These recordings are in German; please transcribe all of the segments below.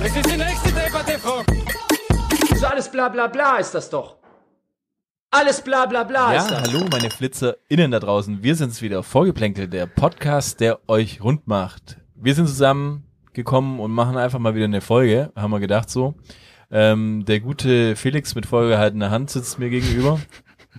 Es ist die nächste Debatte, Frau. so alles bla bla bla ist das doch. Alles bla bla bla ist ja, das. hallo, meine FlitzerInnen da draußen. Wir sind's wieder. Vorgeplänkel, der Podcast, der euch rund macht. Wir sind zusammengekommen und machen einfach mal wieder eine Folge. Haben wir gedacht so. Ähm, der gute Felix mit vorgehaltener Hand sitzt mir gegenüber.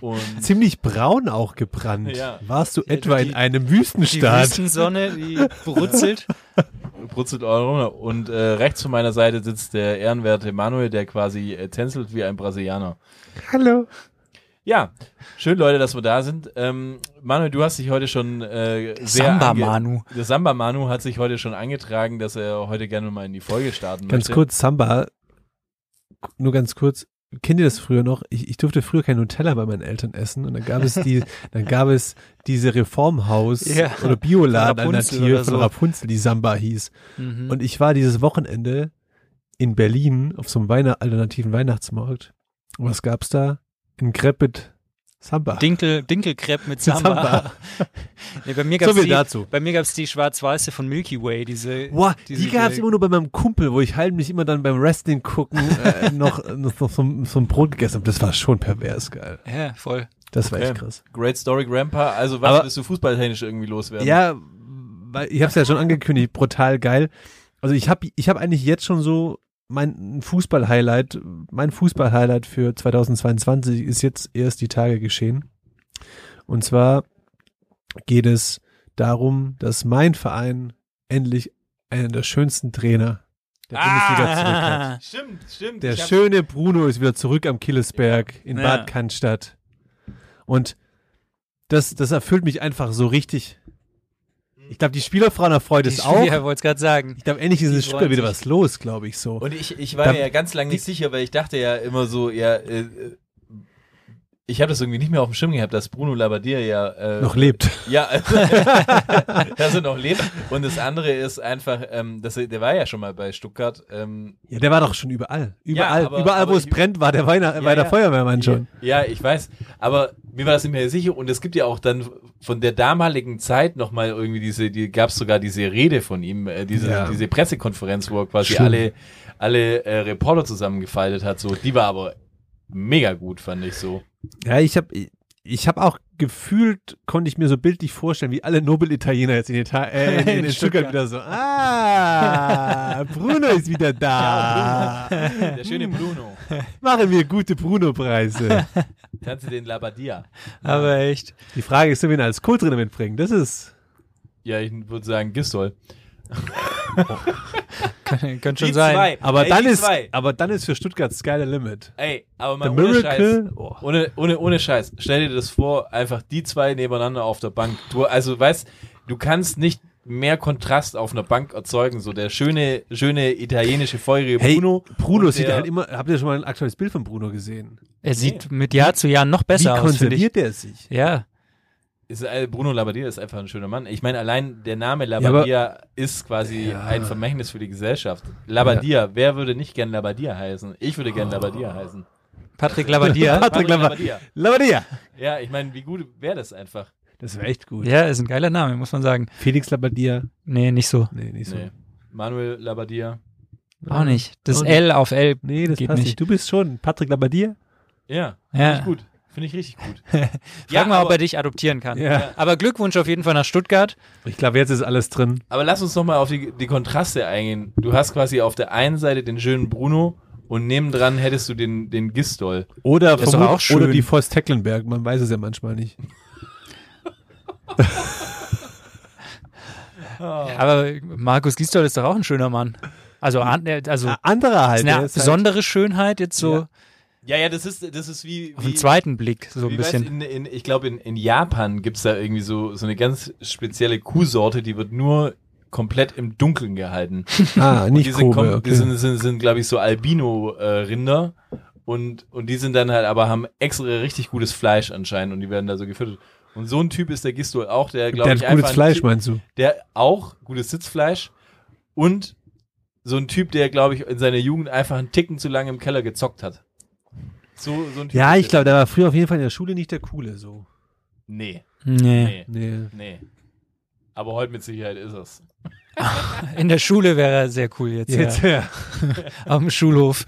Und ziemlich braun auch gebrannt. Ja. Warst du etwa die- in einem Die Wüstenstaat? Wüstensonne, die brutzelt. brutzelt auch rum. Und äh, rechts von meiner Seite sitzt der ehrenwerte Manuel, der quasi äh, tänzelt wie ein Brasilianer. Hallo. Ja, schön, Leute, dass wir da sind. Ähm, Manuel, du hast dich heute schon äh, sehr Samba ange- Manu. Der Samba Manu hat sich heute schon angetragen, dass er heute gerne mal in die Folge starten Ganz möchte. kurz, Samba, nur ganz kurz. Kennt ihr das früher noch? Ich, ich durfte früher kein Nutella bei meinen Eltern essen und dann gab es die, dann gab es diese Reformhaus Ja. oder Bioladen Rapunzel Alternative oder von so. Rapunzel, die Samba hieß. Mhm. Und ich war dieses Wochenende in Berlin auf so einem Weihn alternativen Weihnachtsmarkt. Und was gab's da? Ein Crepit Samba. Dinkel, Dinkelkrepp mit Samba. nee, bei mir So gab's viel die, dazu. Bei mir gab's die schwarz-weiße von Milky Way, diese. Boah, diese- die gab's immer nur bei meinem Kumpel, wo ich heimlich immer dann beim Wrestling gucken äh, noch, noch so, so, so ein Brot gegessen habe. Das war schon pervers geil. Ja, voll. Das war Okay. echt krass. Great Story Grandpa. Also, was Aber- willst du fußballtechnisch irgendwie loswerden? Ja, weil ich hab's ja schon angekündigt, brutal geil. Also ich habe ich hab eigentlich jetzt schon so mein Fußball-Highlight, mein Fußball-Highlight für 2022 ist jetzt erst die Tage geschehen. Und zwar geht es darum, dass mein Verein endlich einen der schönsten Trainer der Ah! Bundesliga zurück hat. Stimmt, stimmt. Der Ich hab- schöne Bruno ist wieder zurück am Killesberg in Ja. Bad Cannstatt. Und das, das erfüllt mich einfach so richtig. Ich glaube, die Spielerfrauen erfreut Das es auch? auch. Ja, wollte es gerade sagen. Ich glaube, endlich ist die es freuen Spieler wieder sich. was los, glaube ich so. Und ich, ich war Da- mir ja ganz lange nicht sicher, weil ich dachte ja immer so, ja, äh, äh, ich habe das irgendwie nicht mehr auf dem Schirm gehabt, dass Bruno Labbadia ja äh, noch lebt. Ja, also, dass er noch lebt. Und das andere ist einfach, ähm, dass er, der war ja schon mal bei Stuttgart. Ähm, Ja, der war doch schon überall. Überall, aber- überall wo aber es ich- brennt, war der, Weihnacht, Ja, war der ja. Feuerwehrmann schon. Ja, ich weiß. Aber mir war das nicht mehr sicher. Und es gibt ja auch dann von der damaligen Zeit nochmal irgendwie diese, die gab es sogar diese Rede von ihm, äh, diese, Ja. diese Pressekonferenz, wo er quasi Schön. alle, alle äh, Reporter zusammengefaltet hat. So, die war aber mega gut, fand ich so. Ja, ich habe ich hab auch gefühlt, konnte ich mir so bildlich vorstellen, wie alle Nobel-Italiener jetzt in, Ita äh, in, in, In Stuttgart wieder so, ah, Bruno ist wieder da. Der schöne Bruno. Machen wir gute Bruno-Preise. Tanze den Labadia. Aber echt. Die Frage ist, ob wir ihn als Co-Trainer mitbringen. Das ist Ja, ich würde sagen, Gistol. Kann, kann schon sein. aber, Ey, dann die ist, zwei. aber dann ist für Stuttgart Sky the Limit. Ey, aber mal The ohne Scheiß. Miracle. Oh. Ohne, ohne, ohne Scheiß. Stell dir das vor, einfach die zwei nebeneinander auf der Bank. Du, also weißt, du kannst nicht mehr Kontrast auf einer Bank erzeugen. So der schöne, schöne italienische feurige Hey, Bruno. Bruno, Bruno und sieht der- halt immer, habt ihr schon mal ein aktuelles Bild von Bruno gesehen? Er sieht mit Jahr zu Jahr noch besser Wie aus, finde ich. konserviert er sich? Ja. Ist, äh, Bruno Labbadia ist einfach ein schöner Mann. Ich meine, allein der Name aber- Labbadia ist quasi ein Vermächtnis für die Gesellschaft. Labbadia, wer würde nicht gern Labbadia heißen? Ich würde gern Labbadia heißen. Patrick Labbadia. Patrick Patrick Lava- Labbadia. Labadia. Ja, ich meine, wie gut wäre das einfach? Das wäre echt gut. ja, ist ein geiler Name, muss man sagen. Felix Labadia. Nee, nicht so. Nee, nicht so. Nee. Manuel Labbadia. Auch nicht. Das Auch nicht. L auf L. Nee, das Geht passt nicht. nicht. Du bist schon Patrick Labadia. Ja, Ja. finde ich gut. Finde ich richtig gut. Frag mal, ob er dich adoptieren kann. Ja. Aber Glückwunsch auf jeden Fall nach Stuttgart. Ich glaube, jetzt ist alles drin. Aber lass uns nochmal auf die, die Kontraste eingehen. Du hast quasi auf der einen Seite den schönen Bruno und nebendran hättest du den, den Gistol. Oder, Das ist doch vermut- auch schön. oder die Voss Tecklenberg. Man weiß es ja manchmal nicht. Aber Markus Gisdol ist doch auch ein schöner Mann. Also, an- äh, also Äh, Anderer halt. ist eine der ist halt besondere Schönheit jetzt so Ja. Ja, ja, das ist, das ist wie. auf wie den zweiten Blick so ein wie bisschen. Weiß, in, in, ich glaube, in, in Japan gibt's da irgendwie so, so eine ganz spezielle Kuhsorte, die wird nur komplett im Dunkeln gehalten. Ah, die nicht sind, kom- Kobe. die Okay. sind, sind, sind glaube ich, so Albino-Rinder. und, und die sind dann halt, aber haben extra richtig gutes Fleisch anscheinend und die werden da so gefüttert. Und so ein Typ ist der Gistol auch, der, Der glaube ich, hat gutes einfach ein Fleisch, Typ- meinst du? der auch gutes Sitzfleisch und so ein Typ, der, glaube ich, in seiner Jugend einfach einen Ticken zu lange im Keller gezockt hat. So, so ein typ Ja, ist ich der. glaube, der war früher auf jeden Fall in der Schule nicht der Coole, so. Nee, nee, Nee. Nee. nee. Aber heute mit Sicherheit ist es. In der Schule wäre er sehr cool jetzt. Jetzt, Ja. ja. Am Schulhof.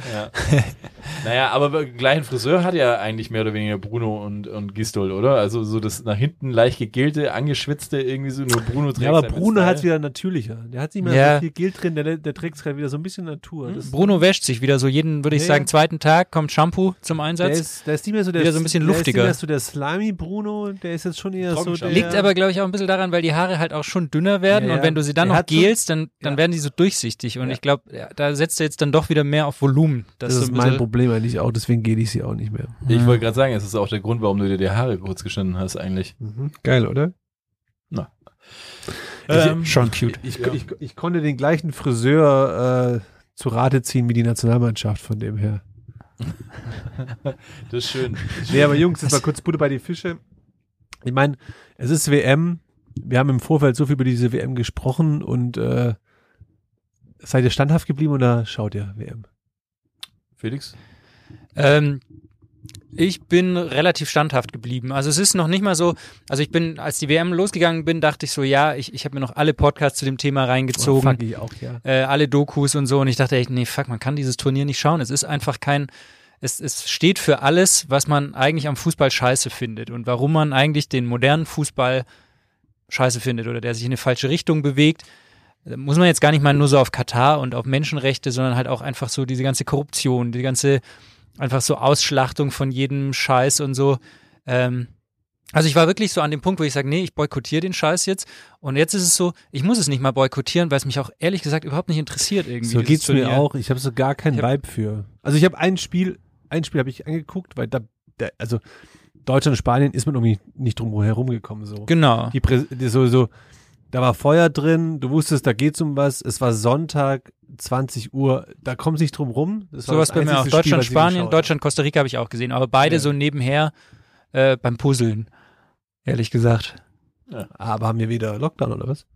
Naja, aber den gleichen Friseur hat ja eigentlich mehr oder weniger Bruno und, und Gistol, oder? Also so das nach hinten leicht gegelte, angeschwitzte irgendwie so, nur Bruno trägt Ja, aber seinen Bruno Style. hat's wieder natürlicher. Der hat nicht mehr Ja. Hm? so viel Geld drin, der, der trägt es gerade wieder so ein bisschen Natur. Das, Bruno wäscht sich wieder so jeden, würde ich Ja, sagen, ja. zweiten Tag kommt Shampoo zum der, Einsatz. ist, der ist nicht mehr so der, wieder so ein bisschen luftiger. Der ist nicht mehr so der Slimy-Bruno, der ist jetzt schon eher so der... Trockenschau. Liegt aber, glaube ich, auch ein bisschen daran, weil die Haare halt auch schon dünner werden äh, Ja, und ja. wenn du sie Der dann noch hat so- gelst, dann, dann werden die so durchsichtig und ich glaube, ja, da setzt er jetzt dann doch wieder mehr auf Volumen. Das so ist ein mein bisschen- Problem eigentlich auch, deswegen gehe ich sie auch nicht mehr. Ich wollte gerade sagen, es ist auch der Grund, warum du dir die Haare kurz geschnitten hast eigentlich. Geil, oder? Ähm, Schon cute. Ich, ich, ich konnte den gleichen Friseur äh, zu Rate ziehen wie die Nationalmannschaft von dem her. das ist schön. Nee, aber Jungs, jetzt mal kurz Bude bei die Fische. Ich meine, es ist WM. Wir haben im Vorfeld so viel über diese WM gesprochen und äh, seid ihr standhaft geblieben oder schaut ihr WM? Felix? Ähm, ich bin relativ standhaft geblieben. Also es ist noch nicht mal so, also ich bin, als die WM losgegangen bin, dachte ich so, ja, ich, ich habe mir noch alle Podcasts zu dem Thema reingezogen. Oh, Fuck ich auch, ja. äh, alle Dokus und so. Und ich dachte echt, nee, fuck, man kann dieses Turnier nicht schauen. Es ist einfach kein, es, es steht für alles, was man eigentlich am Fußball scheiße findet und warum man eigentlich den modernen Fußball scheiße findet oder der sich in eine falsche Richtung bewegt. Da Muss man jetzt gar nicht mal nur so auf Katar und auf Menschenrechte, sondern halt auch einfach so diese ganze Korruption, die ganze einfach so Ausschlachtung von jedem Scheiß und so. Ähm, also ich war wirklich so an dem Punkt, wo ich sage, nee, ich boykottiere den Scheiß jetzt. Und jetzt ist es so, ich muss es nicht mal boykottieren, weil es mich auch ehrlich gesagt überhaupt nicht interessiert irgendwie. So dieses geht's mir Turnier. auch. Ich habe so gar keinen Ich hab- Vibe für. Also ich habe ein Spiel, ein Spiel habe ich angeguckt, weil da, da also Deutschland und Spanien ist man irgendwie nicht drum herumgekommen so. Genau. Die, Prä die so, so, da war Feuer drin, du wusstest, da geht's um was. Es war Sonntag, 20 Uhr, da kommt's nicht drum rum. Das war Sowas das bei mir auch. einzige Spiel, Deutschland, was ich Spanien, geschaut habe. Deutschland, Costa Rica habe ich auch gesehen, aber beide Ja. so nebenher äh, beim Puzzeln. Ehrlich gesagt. Aber haben wir wieder Lockdown oder was?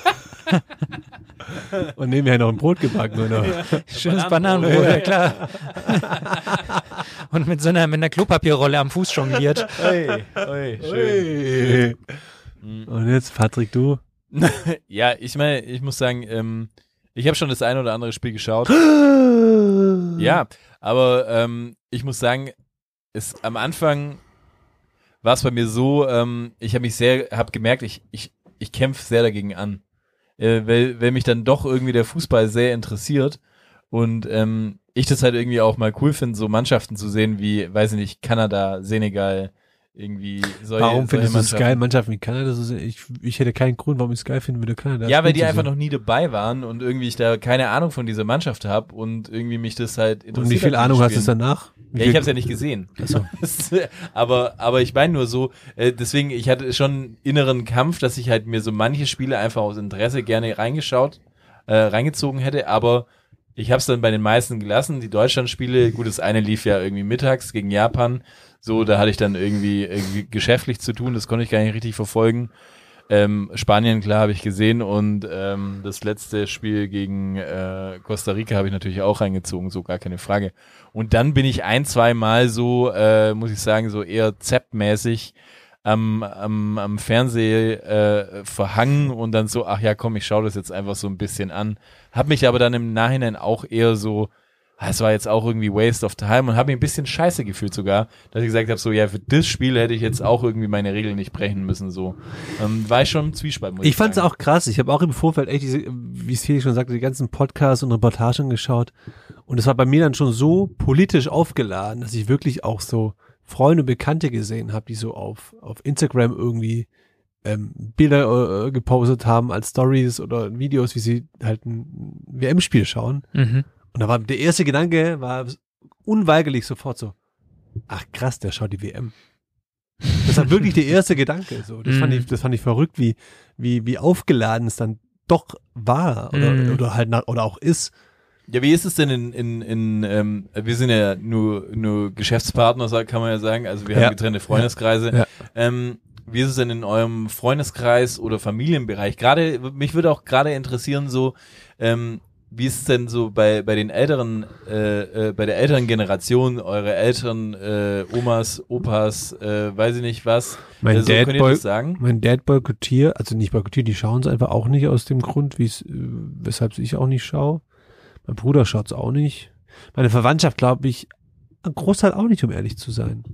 und nebenher noch ein Brot gebacken, oder? Schönes Bananenbrot, ja klar. Und mit so einer, mit einer Klopapierrolle am Fuß jongliert. Oi, oi, schön. Hey. Und jetzt, Patrick, du? Ja, ich meine, ich muss sagen, ähm, ich habe schon das ein oder andere Spiel geschaut. ja, aber ähm, ich muss sagen, es am Anfang war es bei mir so, ähm, ich habe mich sehr, habe gemerkt, ich, ich, ich kämpfe sehr dagegen an, äh, weil, weil mich dann doch irgendwie der Fußball sehr interessiert und ähm, ich das halt irgendwie auch mal cool finde, so Mannschaften zu sehen wie, weiß ich nicht, Kanada, Senegal, irgendwie solche Warum findest solche du es Mannschaften. geil, Mannschaften wie Kanada? so sind? Ich, ich hätte keinen Grund, warum ich es geil finden würde, Kanada. Ja, weil die spielen zu einfach sehen. noch nie dabei waren und irgendwie ich da keine Ahnung von dieser Mannschaft habe und irgendwie mich das halt interessiert. Und wie viel hat, Ahnung die hast du spielen. danach? Wie Ja, ich viel- habe es ja nicht gesehen. aber, aber ich meine nur so, äh, deswegen, ich hatte schon einen inneren Kampf, dass ich halt mir so manche Spiele einfach aus Interesse gerne reingeschaut, äh, reingezogen hätte, aber ich habe es dann bei den meisten gelassen. Die Deutschlandspiele, gut, das eine lief ja irgendwie mittags gegen Japan. So, da hatte ich dann irgendwie, irgendwie geschäftlich zu tun, das konnte ich gar nicht richtig verfolgen. Ähm, Spanien, klar, habe ich gesehen und ähm, das letzte Spiel gegen äh, Costa Rica habe ich natürlich auch reingezogen, so gar keine Frage. Und dann bin ich ein, zwei Mal so, äh, muss ich sagen, so eher zeppmäßig am, am, am Fernseher äh, verhangen und dann so, ach ja, komm, ich schaue das jetzt einfach so ein bisschen an. Hab mich aber dann im Nachhinein auch eher so, ah, es war jetzt auch irgendwie Waste of Time und habe mich ein bisschen scheiße gefühlt sogar, dass ich gesagt habe, so ja, für das Spiel hätte ich jetzt auch irgendwie meine Regeln nicht brechen müssen, so. Ähm, war ich schon im Zwiespalt, muss ich Ich fand's sagen. auch krass. Ich habe auch im Vorfeld echt diese, wie es Felix schon sagte, die ganzen Podcasts und Reportagen geschaut. Und es war bei mir dann schon so politisch aufgeladen, dass ich wirklich auch so Freunde und Bekannte gesehen habe, die so auf, auf Instagram irgendwie ähm, Bilder äh, gepostet haben als Stories oder Videos, wie sie halt ein WM-Spiel schauen. Mhm. Und da war der erste Gedanke, war unweigerlich sofort so, ach krass, der schaut die WM. Das war wirklich der erste Gedanke. So. Das, fand Mhm. ich, das fand ich verrückt, wie, wie, wie aufgeladen es dann doch war oder, Mhm. oder halt nach, oder auch ist. Ja, wie ist es denn in, in, in ähm, wir sind ja nur, nur Geschäftspartner, sag- kann man ja sagen, also wir Ja. haben getrennte Freundeskreise. Ja. Ähm, wie ist es denn in eurem Freundeskreis oder Familienbereich? Gerade, mich würde auch gerade interessieren, so, ähm, wie ist es denn so bei, bei den älteren, äh, äh, bei der älteren Generation, eure Eltern, äh, Omas, Opas, äh, weiß ich nicht was, Mein äh, so Dad könnt ihr boy- das sagen? Mein Dad boykottiert, also nicht boykottiert, die schauen es einfach auch nicht aus dem Grund, wie es, äh, weshalb ich auch nicht schaue. Mein Bruder schaut es auch nicht. Meine Verwandtschaft glaube ich, ein Großteil auch nicht, um ehrlich zu sein.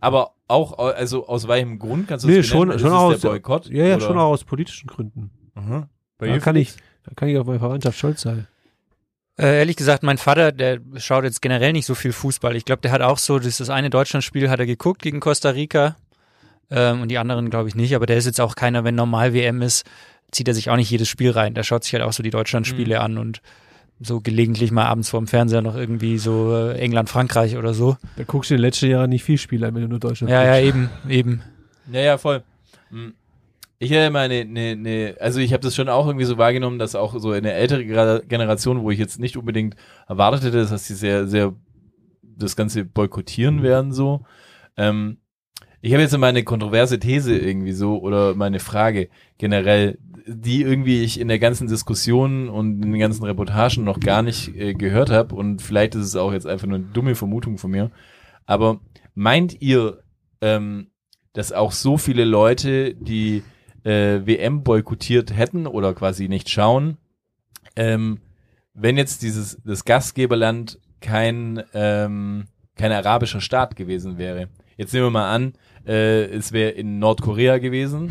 Aber auch, au- also aus welchem Grund kannst du Nee, das benennen? Also schon, Ist schon es auch aus, der Boykott? Ja, ja, oder? schon auch aus politischen Gründen. Mhm. Bei Da dir, kann Felix? ich, da kann ich auf meine Verwandtschaft stolz sein. Äh, ehrlich gesagt, mein Vater, der schaut jetzt generell nicht so viel Fußball. Ich glaube, der hat auch so, das das eine Deutschlandspiel hat er geguckt gegen Costa Rica ähm, und die anderen glaube ich nicht. Aber der ist jetzt auch keiner, wenn normal WM ist, zieht er sich auch nicht jedes Spiel rein. Der schaut sich halt auch so die Deutschlandspiele an und so gelegentlich mal abends vorm Fernseher noch irgendwie so äh, England, Frankreich oder so. Da guckst du in den letzten Jahren nicht viel Spiele an, wenn du nur Deutschland Ja, ja, guckst. eben, eben. Ja, ja, voll. Hm. Ich hätte mal eine, eine, eine also ich habe das schon auch irgendwie so wahrgenommen, dass auch so eine ältere Gra- Generation, wo ich jetzt nicht unbedingt erwartet hätte, dass sie sehr, sehr das Ganze boykottieren werden, so. Ähm, ich habe jetzt mal eine kontroverse These irgendwie so oder meine Frage generell, die irgendwie ich in der ganzen Diskussion und in den ganzen Reportagen noch gar nicht äh, gehört habe und vielleicht ist es auch jetzt einfach nur eine dumme Vermutung von mir. Aber meint ihr, ähm, dass auch so viele Leute, die äh, WM boykottiert hätten oder quasi nicht schauen, ähm, wenn jetzt dieses das Gastgeberland kein ähm, kein arabischer Staat gewesen wäre. Jetzt nehmen wir mal an, äh, es wäre in Nordkorea gewesen.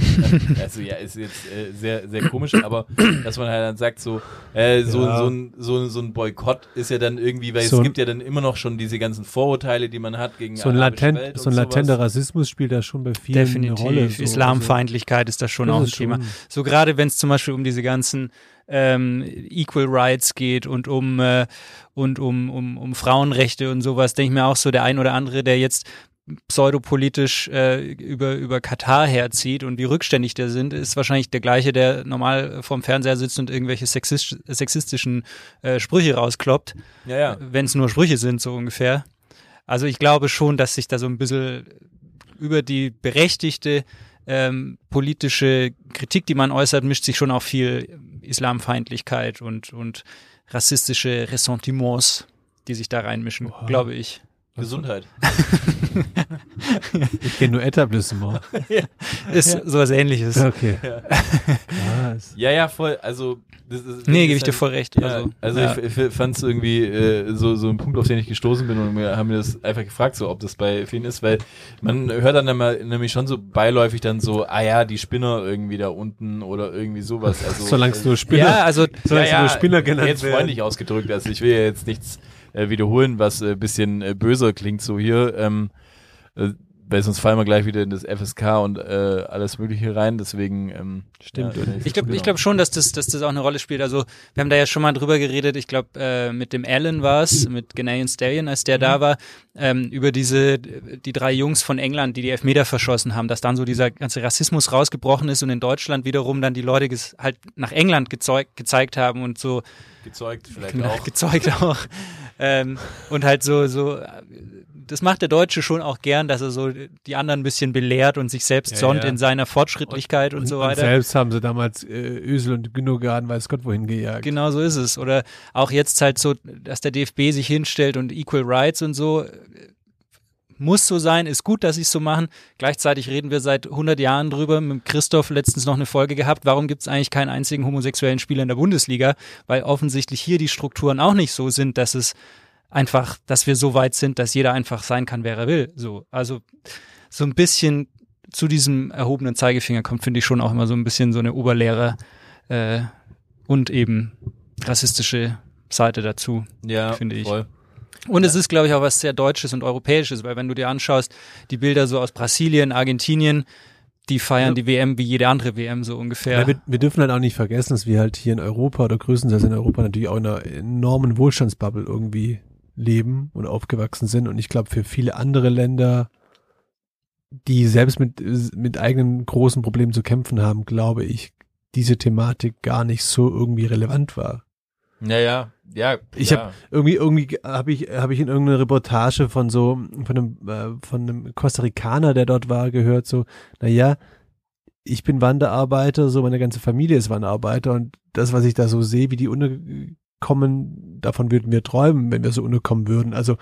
also ja, ist jetzt äh, sehr sehr komisch, aber dass man halt dann sagt so äh, so Ja. so ein so, ein- so ein Boykott ist ja dann irgendwie, weil So es ein- gibt ja dann immer noch schon diese ganzen Vorurteile, die man hat gegen So ein, arabische latent, Welt und so ein sowas. latenter Rassismus spielt da schon bei vielen Definitiv. eine Rolle. So. also Islamfeindlichkeit ist da schon Das auch ein ist Thema. schon- So gerade wenn es zum Beispiel um diese ganzen ähm, Equal Rights geht und um äh, und um, um, um Frauenrechte und sowas, denke ich mir auch so, der ein oder andere, der jetzt pseudopolitisch äh, über, über Katar herzieht und wie rückständig der sind, ist wahrscheinlich der gleiche, der normal vorm Fernseher sitzt und irgendwelche sexist sexistischen äh, Sprüche rauskloppt Ja, ja. wenn es nur Sprüche sind, so ungefähr. Also ich glaube schon, dass sich da so ein bisschen über die berechtigte ähm, politische Kritik, die man äußert, mischt sich schon auch viel Islamfeindlichkeit und, und rassistische Ressentiments, die sich da reinmischen, glaube ich. Gesundheit. Also, Ich kenne nur Etablissement. Ist sowas ähnliches. Okay. Krass. Ja, ja, voll. Also, das ist. Nee, das gebe ist ich dir dann- voll recht. Ja, Also, also, ja. ich, fand es irgendwie äh, so, so ein Punkt, auf den ich gestoßen bin und wir haben mir das einfach gefragt, so ob das bei vielen ist, weil man hört dann immer, nämlich schon so beiläufig dann so, ah ja, die Spinner irgendwie da unten oder irgendwie sowas. Also, Solange es nur Spinner, ja, also solange es nur Spinner genannt Jetzt werden. freundlich ausgedrückt, also ich will ja jetzt nichts äh, wiederholen, was ein äh, bisschen äh, böser klingt, so hier. Ähm, äh, weil sonst fallen wir gleich wieder in das FSK und äh, alles Mögliche rein, deswegen. Ähm, Stimmt, ja, und- Ich glaube genau. ich glaub schon, dass das, dass das auch eine Rolle spielt. Also wir haben da ja schon mal drüber geredet, ich glaube äh, mit dem Allen war es, mit Ghanaian Stallion, als der Mhm. da war, ähm, über diese, die drei Jungs von England, die die Elfmeter verschossen haben, dass dann so dieser ganze Rassismus rausgebrochen ist und in Deutschland wiederum dann die Leute ges- halt nach England gezeigt, gezeigt haben und so gezeugt vielleicht Genau, auch. gezeugt auch. ähm, und halt so, so, äh, das macht der Deutsche schon auch gern, dass er so die anderen ein bisschen belehrt und sich selbst Ja, sonnt ja. in seiner Fortschrittlichkeit also, und, so Und weiter. selbst haben sie damals äh, Ösel und Gündogan, weiß Gott, wohin gejagt. Genau so ist es. Oder auch jetzt halt so, dass der DFB sich hinstellt und Equal Rights und so. äh, Muss so sein, ist gut, dass sie es so machen. Gleichzeitig reden wir seit 100 Jahren drüber. Mit Christoph letztens noch eine Folge gehabt. Warum gibt es eigentlich keinen einzigen homosexuellen Spieler in der Bundesliga? Weil offensichtlich hier die Strukturen auch nicht so sind, dass es einfach, dass wir so weit sind, dass jeder einfach sein kann, wer er will. So, also so ein bisschen zu diesem erhobenen Zeigefinger kommt, finde ich schon auch immer so ein bisschen so eine Oberlehrer äh, und eben rassistische Seite dazu. Ja, finde ich. Voll. Und es ist, glaube ich, auch was sehr Deutsches und Europäisches, weil wenn du dir anschaust, die Bilder so aus Brasilien, Argentinien, die feiern die WM wie jede andere WM so ungefähr. Ja, wir, wir dürfen halt auch nicht vergessen, dass wir halt hier in Europa oder größtenteils in Europa natürlich auch in einer enormen Wohlstandsbubble irgendwie leben und aufgewachsen sind. Und ich glaube, für viele andere Länder, die selbst mit, äh, mit eigenen großen Problemen zu kämpfen haben, glaube ich, diese Thematik gar nicht so irgendwie relevant war. Ja, ja, ja. Ich hab- Irgendwie, irgendwie habe ich, habe ich in irgendeiner Reportage von so, von einem, äh, von einem Costa Ricaner, der dort war, gehört, so, naja, ich bin Wanderarbeiter, so meine ganze Familie ist Wanderarbeiter und das, was ich da so sehe, wie die unterkommen, davon würden wir träumen, wenn wir so unterkommen würden. Also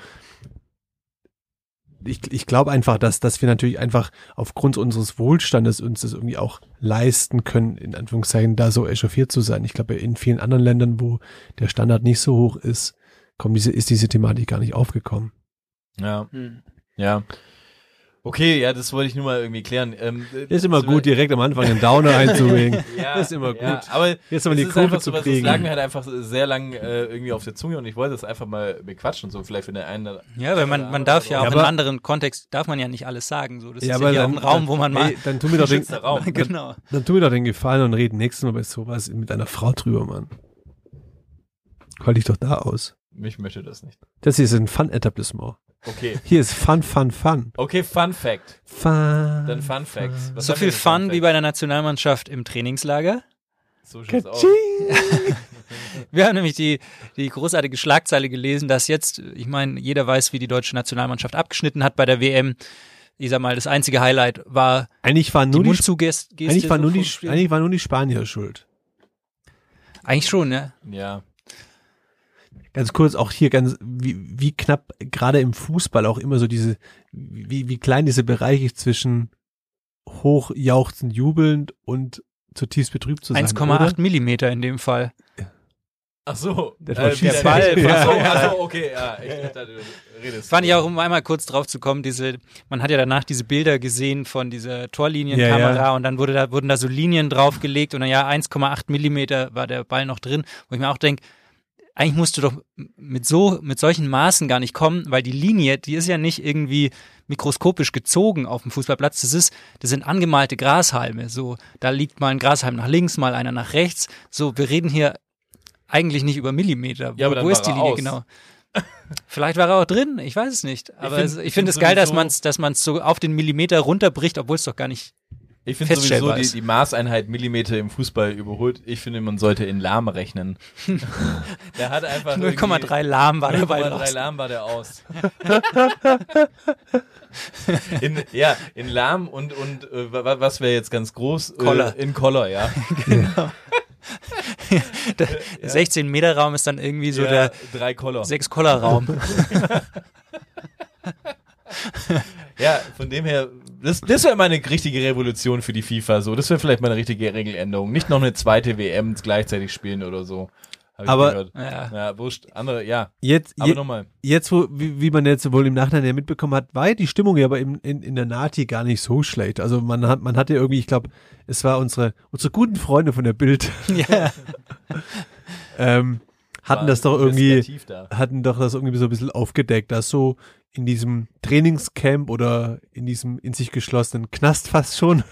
ich, ich glaube einfach, dass, dass wir natürlich einfach aufgrund unseres Wohlstandes uns das irgendwie auch leisten können, in Anführungszeichen da so echauffiert zu sein. Ich glaube, in vielen anderen Ländern, wo der Standard nicht so hoch ist, kommt diese, ist diese Thematik gar nicht aufgekommen. Ja, ja. Okay, ja, das wollte ich nur mal irgendwie klären. Ähm, Ist immer das- gut, direkt am Anfang den Downer einzulegen. Ja, ist immer ja, gut. aber Jetzt aber das die ist Kurve einfach zu sowas, kriegen. Das lag mir halt einfach sehr lang äh, irgendwie auf der Zunge und ich wollte das einfach mal bequatschen, so vielleicht in der einen. Ja, weil man, man darf ja auch Ja, in aber- einem anderen Kontext, darf man ja nicht alles sagen. So. Das Ja, ist aber ja hier auch dann- ein Raum, wo man mal... Ey, dann tu mir doch den, Geschützter Raum. genau. dann tu mir doch den Gefallen und reden nächstes Mal bei sowas mit einer Frau drüber, Mann. Qual dich doch da aus. Mich möchte das nicht. Das hier ist ein Fun-Etablissement. Okay. Hier ist Fun, Fun, Fun. Okay, Fun Fact. Fun. Dann Fun Facts. Was So haben viel wir für Fun Fun wie Facts? bei der Nationalmannschaft im Trainingslager. So schaut's aus. Katsching. Wir haben nämlich die, die großartige Schlagzeile gelesen, dass jetzt, ich meine, jeder weiß, wie die deutsche Nationalmannschaft abgeschnitten hat bei der WM. Ich sag mal, das einzige Highlight war Eigentlich waren die nur die, Mundzugeste. eigentlich waren so nur die, vom Spiel. eigentlich waren nur die Spanier schuld. Eigentlich schon, ne? Ja. Ganz kurz, auch hier ganz, wie, wie knapp gerade im Fußball auch immer so diese, wie, wie klein diese Bereiche zwischen hochjauchzend, jubelnd und zutiefst betrübt zu sein. 1,8 Millimeter in dem Fall. Ach so. Der äh, Torschieß- wie der- Ja, Ach so, ja. ach so, okay, ja. Ich dachte, du redest. Fand ich auch, um einmal kurz drauf zu kommen, diese, man hat ja danach diese Bilder gesehen von dieser Ja, Torlinienkamera ja. und dann wurde da, wurden da so Linien draufgelegt und dann ja 1,8 Millimeter war der Ball noch drin, wo ich mir auch denke, eigentlich musst du doch mit so, mit solchen Maßen gar nicht kommen, weil die Linie, die ist ja nicht irgendwie mikroskopisch gezogen auf dem Fußballplatz. Das ist, das sind angemalte Grashalme. So, da liegt mal ein Grashalm nach links, mal einer nach rechts. So, wir reden hier eigentlich nicht über Millimeter. Wo, Ja, aber dann wo war ist die er Linie aus. genau? Vielleicht war er auch drin, ich weiß es nicht. Aber find- es- ich ich finde find es geil, dass sowieso- man es dass man's so auf den Millimeter runterbricht, obwohl es doch gar nicht. Ich finde sowieso feststellbar die, ist. die Maßeinheit Millimeter im Fußball überholt. Ich finde, man sollte in Lahm rechnen. der hat einfach 0,3 lahm war dabei 0,3 raus. Lahm war der aus. in, ja, in Lahm und, und äh, wa- wa- was wäre jetzt ganz groß? Koller. Äh, in Koller, ja. 16 Meter Raum ist dann irgendwie so ja, der drei Koller. 6 Koller Raum. Ja, von dem her, das, das wäre mal eine richtige Revolution für die FIFA. So, das wäre vielleicht mal eine richtige Regeländerung. Nicht noch eine zweite WM gleichzeitig spielen oder so. Hab ich Aber- gehört. Ja. ja, wurscht. Andere, ja. Jetzt, Aber je, nochmal. jetzt wo, wie, wie man jetzt wohl im Nachhinein ja mitbekommen hat, war ja die Stimmung ja aber in, in, in der Nati gar nicht so schlecht. Also man hat, man hatte irgendwie, ich glaube, es war unsere, unsere guten Freunde von der Bild, ja. ähm, hatten War das doch sehr irgendwie, kreativ Da. hatten doch das irgendwie so ein bisschen aufgedeckt, dass so in diesem Trainingscamp oder in diesem in sich geschlossenen Knast fast schon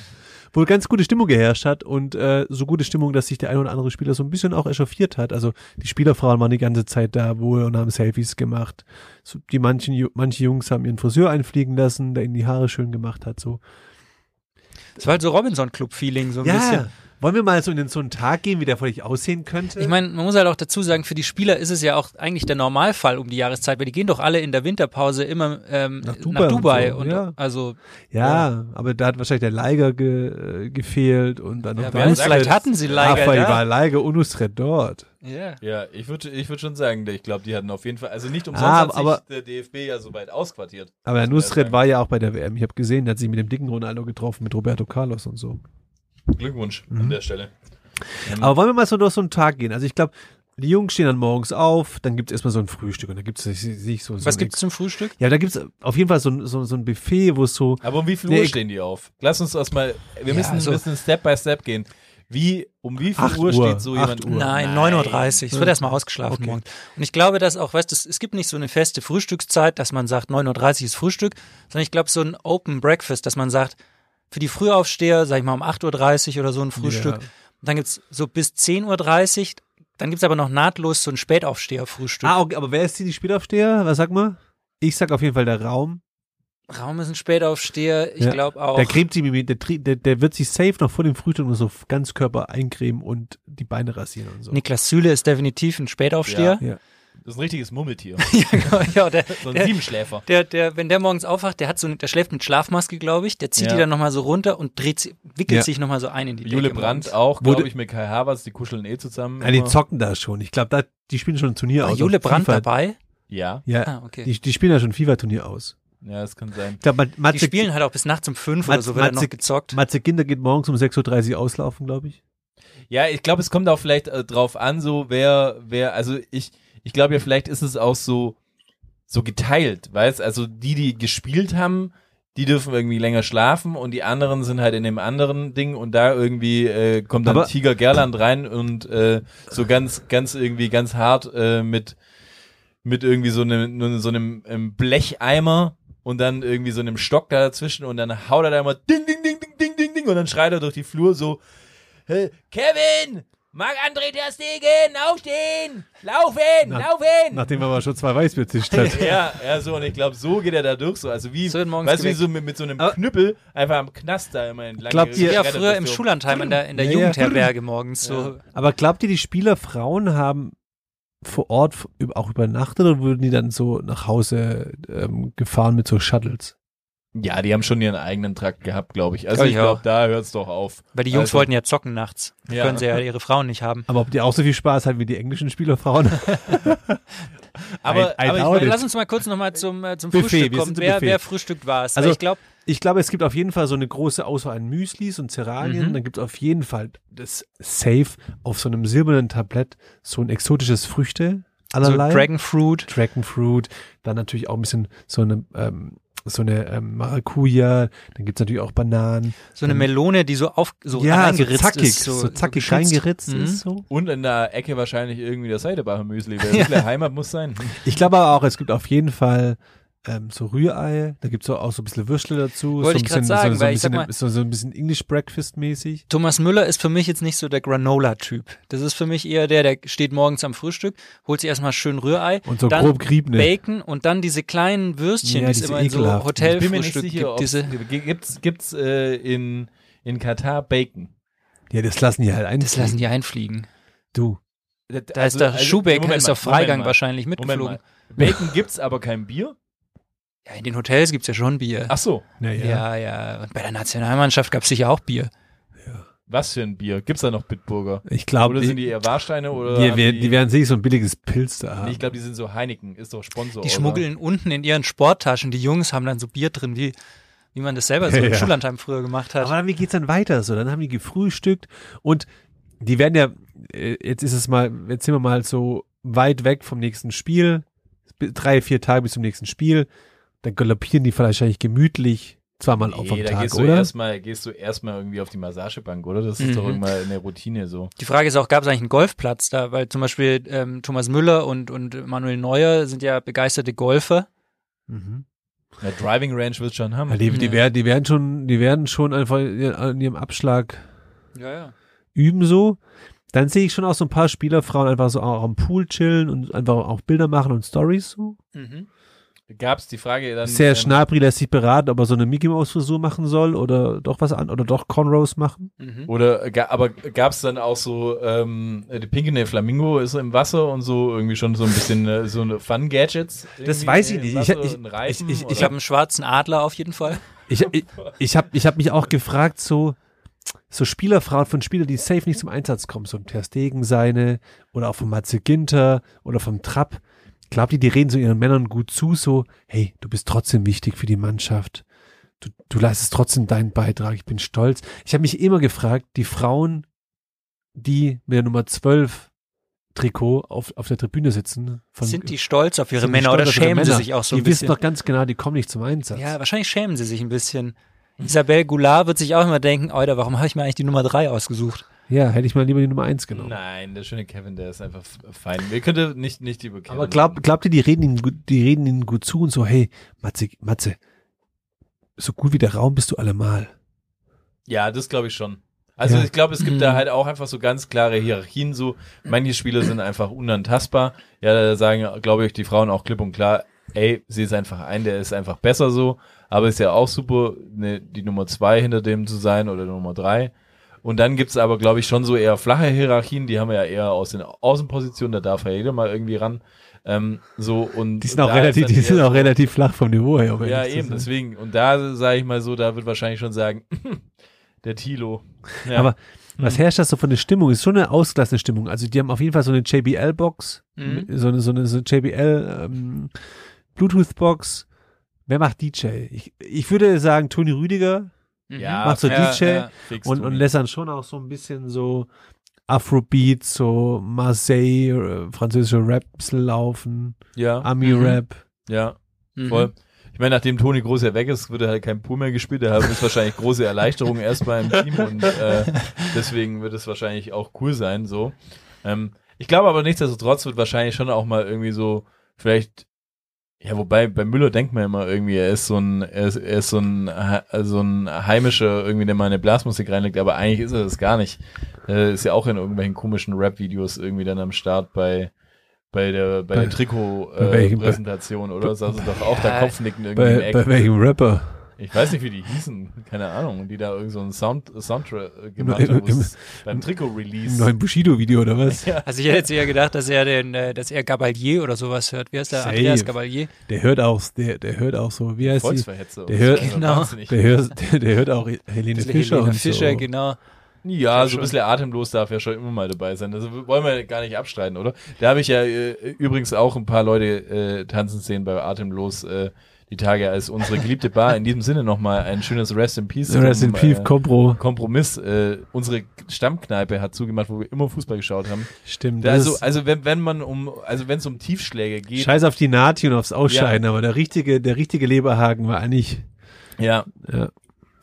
wohl ganz gute Stimmung geherrscht hat und äh, so gute Stimmung, dass sich der ein oder andere Spieler so ein bisschen auch echauffiert hat. Also die Spielerfrauen waren die ganze Zeit da wohl und haben Selfies gemacht. So, die manchen Ju- manche Jungs haben ihren Friseur einfliegen lassen, der ihnen die Haare schön gemacht hat. So Es war halt so Robinson-Club-Feeling, so ein bisschen. wollen wir mal so in den, so einen Tag gehen, wie der vielleicht aussehen könnte? Ich meine, man muss halt auch dazu sagen, für die Spieler ist es ja auch eigentlich der Normalfall um die Jahreszeit, weil die gehen doch alle in der Winterpause immer ähm, nach Dubai und Dubai. Nach Dubai so, und, ja. Also, Ja, aber da hat wahrscheinlich der Leiger ge, äh, gefehlt und dann ja, noch wer weiß, vielleicht hatten sie Leiger Raphael da. war Leiger und Nusret dort. Ja. Ja, ich würde ich würd schon sagen, ich glaube, die hatten auf jeden Fall, also nicht umsonst Ah, hat sich aber- der DFB ja so weit ausquartiert. Also Aber der Das Nusret wär- war ja auch bei der WM. Ich habe gesehen, der hat sich mit dem dicken Ronaldo getroffen, mit Roberto Carlos und Mhm. so. Glückwunsch Mhm. an der Stelle. Aber wollen wir mal so durch so einen Tag gehen? Also ich glaube, die Jungs stehen dann morgens auf, dann gibt's erstmal so ein Frühstück und dann gibt's sich- sich so, so Was ein- gibt's zum Frühstück? Ja, da gibt's auf jeden Fall so, ein- so, so ein Buffet, wo es so Aber um wie viel Nee, Uhr ich- stehen die auf? Lass uns das mal, wir müssen also- ein bisschen Step by Step gehen. Wie, um wie viel 8 Uhr Uhr, steht so jemand? 8 Uhr. Hm. Nein, 9.30 Uhr. Es wird erstmal ausgeschlafen Okay. morgen. Und ich glaube, dass auch, weißt du, es- es gibt nicht so eine feste Frühstückszeit, dass man sagt, 9.30 Uhr ist Frühstück, sondern ich glaube, so ein Open Breakfast, dass man sagt, für die Frühaufsteher, sag ich mal, um 8.30 Uhr oder so ein Frühstück. Ja. Und dann gibt's so bis 10.30 Uhr. Dann gibt's aber noch nahtlos so ein Spätaufsteher-Frühstück. Ah, okay, aber wer ist die, die Spielaufsteher? Was sag mal? Ich sag auf jeden Fall der Raum. Raum ist ein Spätaufsteher. Ich Ja. glaube auch. Der cremt sich, mit- der, tri- der, der wird sich safe noch vor dem Frühstück nur so ganz Körper eincremen und die Beine rasieren und so. Niklas Süle ist definitiv ein Spätaufsteher. Ja. Das ist ein richtiges Mummeltier. Ja, genau, ja der, So ein der, Siebenschläfer. der, der, wenn der morgens aufwacht, der hat so, eine- der schläft mit Schlafmaske, glaube ich. Der zieht Ja. die dann nochmal so runter und dreht, sie- wickelt Ja. sich nochmal so ein in die Decke Jule Brandt morgens. auch, Wurde- glaube ich, mit Kai Havertz, die kuscheln eh zusammen. Ja, die immer. zocken da schon. Ich glaube, da, die spielen schon ein Turnier War aus. Ah, Jule auf Brandt Also FIFA. dabei? Ja, Ja, Ah, okay. die, die spielen da schon ein FIFA-Turnier aus. ja, das kann sein. Ich glaub, Mat- Die Matze, spielen halt auch bis nachts um fünf oder Matze- so wird dann noch Matze- gezockt. Matze Kinder geht morgens um 6.30 Uhr auslaufen, glaube ich. Ja, ich glaube, es kommt auch vielleicht äh, drauf an, so wer, wer, also ich, ich glaube ja, vielleicht ist es auch so, so geteilt, weißt, also die, die gespielt haben, die dürfen irgendwie länger schlafen und die anderen sind halt in dem anderen Ding und da irgendwie äh, kommt dann Aber- Tiger Gerland rein und äh, so ganz, ganz irgendwie ganz hart äh, mit, mit irgendwie so einem, so einem ähm, Blecheimer und dann irgendwie so einem Stock da dazwischen und dann haut er da immer ding, ding, ding, ding, ding, ding, ding und dann schreit er durch die Flur so, äh, Kevin! Marc-André Ter Stegen, aufstehen! Laufen! Na- laufen! Nachdem er aber schon zwei Weißbier zischt hat. ja, ja, so, und ich glaube, so geht er da durch, so, also wie, So wird morgens weißt du, wie geweckt. so mit, mit so einem Aber- Knüppel einfach am Knast da immer entlang Äh, Glaubt gerettet ihr- ja, bist, früher im so. Schullandheim in der, in der Ja, ja. Jugendherberge morgens so. Aber glaubt ihr, die Spieler Frauen haben vor Ort f- üb- auch übernachtet oder wurden die dann so nach Hause ähm, gefahren mit so Shuttles? Ja, die haben schon ihren eigenen Trakt gehabt, glaube ich. Also Glaub ich ich glaube, auch. da hört es doch auf. Weil die Jungs Also- wollten ja zocken nachts. Ja. Können sie ja ihre Frauen nicht haben. Aber ob die auch so viel Spaß hatten wie die englischen Spielerfrauen? Aber, I- I aber ich doubt mein, it. Lass uns mal kurz nochmal zum, äh, zum Buffet, Frühstück wir kommen. sind im Wer, Buffet. wer frühstückt war es? Also- ich glaube, Ich glaube, es gibt auf jeden Fall so eine große Auswahl an Müslis und Cerealien. Mhm. Dann gibt es auf jeden Fall das Safe auf so einem silbernen Tablett so ein exotisches Früchte so allerlei. Dragon Fruit. Dragonfruit, dann natürlich auch ein bisschen so eine, ähm, so eine ähm, Maracuja, dann gibt es natürlich auch Bananen. So eine Melone, die so auf so so reingeritzt zackig, ist. so, zackig geschützt. reingeritzt Mhm. ist so. und in der Ecke wahrscheinlich irgendwie das Heidebacher Müsli, weil ja. Heimat muss sein. Hm. Ich glaube aber auch, es gibt auf jeden Fall ähm, so Rührei, da gibt es auch so ein bisschen Würstle dazu. Wollte so ein ich grad bisschen, sagen, so, so, weil ein ich sag bisschen, mal- so, so ein bisschen English Breakfast mäßig. Thomas Müller ist für mich jetzt nicht so der Granola-Typ. Das ist für mich eher der, der steht morgens am Frühstück, holt sich erstmal schön Rührei, Und so dann grob Griebne. Bacon und dann diese kleinen Würstchen, Ja, die es diese immer in so ekelhaften. Ich bin mir nicht Hotelfrühstück sicher, gibt. ob Diese, gibt's, gibt's äh, in, in Katar Bacon. Ja, das lassen die halt ein. das lassen die einfliegen. Du. Da also, Da ist der Schubeck ist auf Freigang wahrscheinlich Moment mitgeflogen. mal. Bacon gibt's aber kein Bier? Ja, in den Hotels gibt's ja schon Bier. Ach so, Naja. ja. ja, Und bei der Nationalmannschaft gab's sicher auch Bier. was für ein Bier? Gibt's da noch Bitburger? Ich glaube, oder die, sind die, die eher Warsteine oder die, haben werden- die werden sicher so ein billiges Pilz da Nee, haben. ich glaube, die sind so Heineken, ist doch Sponsor. Die oder? schmuggeln unten in ihren Sporttaschen. Die Jungs haben dann so Bier drin, wie, wie man das selber so im Ja. Schullandheim früher gemacht hat. Aber dann, wie geht's dann weiter? So, dann haben die gefrühstückt und die werden ja, äh, jetzt ist es mal, jetzt sind wir mal so weit weg vom nächsten Spiel, bi- drei, vier Tage bis zum nächsten Spiel, dann galoppieren die wahrscheinlich gemütlich zweimal auf am Nee, da Tag, gehst du oder? erstmal, gehst du erstmal irgendwie auf die Massagebank, oder? Das ist Mhm. doch immer eine Routine so. Die Frage ist auch, gab es eigentlich einen Golfplatz da? Weil zum Beispiel ähm, Thomas Müller und, und Manuel Neuer sind ja begeisterte Golfer. Mhm. Eine Driving Range wird schon Ja, haben. die, die, Ja. werden, die werden schon, die werden schon einfach an ihrem Abschlag Ja, ja. üben so. Dann sehe ich schon auch so ein paar Spielerfrauen einfach so auch am Pool chillen und einfach auch Bilder machen und Stories so. Mhm. Gab's die Frage dann. Sehr Schnabri lässt sich beraten, ob er so eine Mickey Mouse Frisur machen soll oder doch was an oder doch Conros machen. Mhm. Oder ga- aber gab's dann auch so ähm, die pinkende Flamingo ist im Wasser und so irgendwie schon so ein bisschen äh, so eine Fun Gadgets. irgendwie weiß ich im nicht. Ich- Wasser, ich- ein Reifen ich- ich- Ich oder- habe einen schwarzen Adler auf jeden Fall. Ich, ich, ich habe ich hab mich auch gefragt, so, so Spielerfrauen von Spielern, die safe nicht zum Einsatz kommen, so ein Ter Stegen seine oder auch von Matze Ginter oder vom Trapp. Glaubt ihr, die reden so ihren Männern gut zu, so, hey, du bist trotzdem wichtig für die Mannschaft. Du, du leistest trotzdem deinen Beitrag, ich bin stolz. Ich habe mich immer gefragt, die Frauen, die mit der Nummer 12 Trikot auf, auf der Tribüne sitzen, von, Sind die stolz auf ihre sind die Männer oder stolz auf ihre schämen sie Männer. sich auch so die ein bisschen? wissen doch ganz genau, die kommen nicht zum Einsatz. ja, wahrscheinlich schämen sie sich ein bisschen. Isabelle Goulart wird sich auch immer denken, Alter, warum habe ich mir eigentlich die Nummer drei ausgesucht? Ja, hätte ich mal lieber die Nummer 1 genommen. Nein, der schöne Kevin, der ist einfach f- fein. Wir könnten nicht, nicht die Kevin. Aber glaub, glaubt ihr, die reden, ihnen, gut- die reden ihnen gut zu und so, hey, Matze, Matze, so gut wie der Raum bist du allemal. Ja, das glaube ich schon. Also Ja. ich glaube, es gibt Mhm. da halt auch einfach so ganz klare Hierarchien. So manche Spieler sind einfach unantastbar. Ja, da sagen, glaube ich, die Frauen auch klipp und klar. ey, sehe es einfach ein, der ist einfach besser so, aber ist ja auch super, ne, die Nummer zwei hinter dem zu sein oder Nummer drei. Und dann gibt's aber, glaube ich, schon so eher flache Hierarchien, die haben wir ja eher aus den Außenpositionen, da darf ja jeder mal irgendwie ran. Ähm, so und Die sind auch da ist relativ, dann die sind eher- auch relativ flach vom Niveau her. um ja, ehrlich zu eben, sein. deswegen. Und da sage ich mal so, da wird wahrscheinlich schon sagen, der Tilo. Ja. Aber was herrscht das so von der Stimmung? Ist schon eine ausgelassene Stimmung. Also die haben auf jeden Fall so eine JBL-Box, Mhm. so eine, so eine, so eine JBL ähm, Bluetooth-Box. Wer macht DJ? Ich, ich würde sagen Toni Rüdiger ja, macht so ja, DJ ja. fix und, Toni. und lässt dann schon auch so ein bisschen so Afrobeat, so Marseille, äh, französische Raps laufen, ja, Ami-Rap. ja, Mhm. voll. Ich meine, nachdem Toni Groß ja weg ist, wird er halt kein Pool mehr gespielt. Da ist wahrscheinlich große Erleichterung erstmal im Team und äh, deswegen wird es wahrscheinlich auch cool sein. so. Ähm, ich glaube aber nichtsdestotrotz wird wahrscheinlich schon auch mal irgendwie so vielleicht ja, wobei bei Müller denkt man immer irgendwie, er ist so ein, er ist, er ist so ein, Ha- so ein heimischer irgendwie, der mal eine Blasmusik reinlegt, aber eigentlich ist er das gar nicht. Äh, ist ja auch in irgendwelchen komischen Rap-Videos irgendwie dann am Start bei bei der bei, der Bei- bei welchem- Trikot-Präsentation oder saß es doch auch da Kopfnicken irgendwie im Bei, Eck. bei welchem Rapper? Ich weiß nicht, wie die hießen, keine Ahnung, die da irgend so einen Sound Soundtrack äh, gemacht Im- haben, wo im- es beim Im Trikot-Release. neuen Bushido-Video oder was? Also ich hätte jetzt eher gedacht, dass er den, äh, dass er Gabalier oder sowas hört. Wie heißt der? Safe. Andreas Gabalier. Der hört auch, der, der hört auch so, wie heißt die? Volksverhetze. Der hört- Also Genau. wahnsinnig. Der hört, der, der hört auch Helene Fischer Helene und Fischer, so. genau. Ja, so ein bisschen atemlos darf ja schon immer mal dabei sein. Das wollen wir gar nicht abstreiten, oder? Da habe ich ja äh, übrigens auch ein paar Leute äh, tanzen sehen bei Atemlos äh, die Tage als unsere geliebte Bar. In diesem Sinne nochmal ein schönes Rest in Peace. Rest in zum, Peace, äh, Kompro. Kompromiss. Äh, unsere Stammkneipe hat zugemacht, wo wir immer Fußball geschaut haben. Stimmt. Da also, das ist, also wenn, wenn man um, also wenn es um Tiefschläge geht, scheiß auf die Nati und aufs Ausscheiden, aber der richtige, der richtige Leberhaken war eigentlich, Ja. Ja.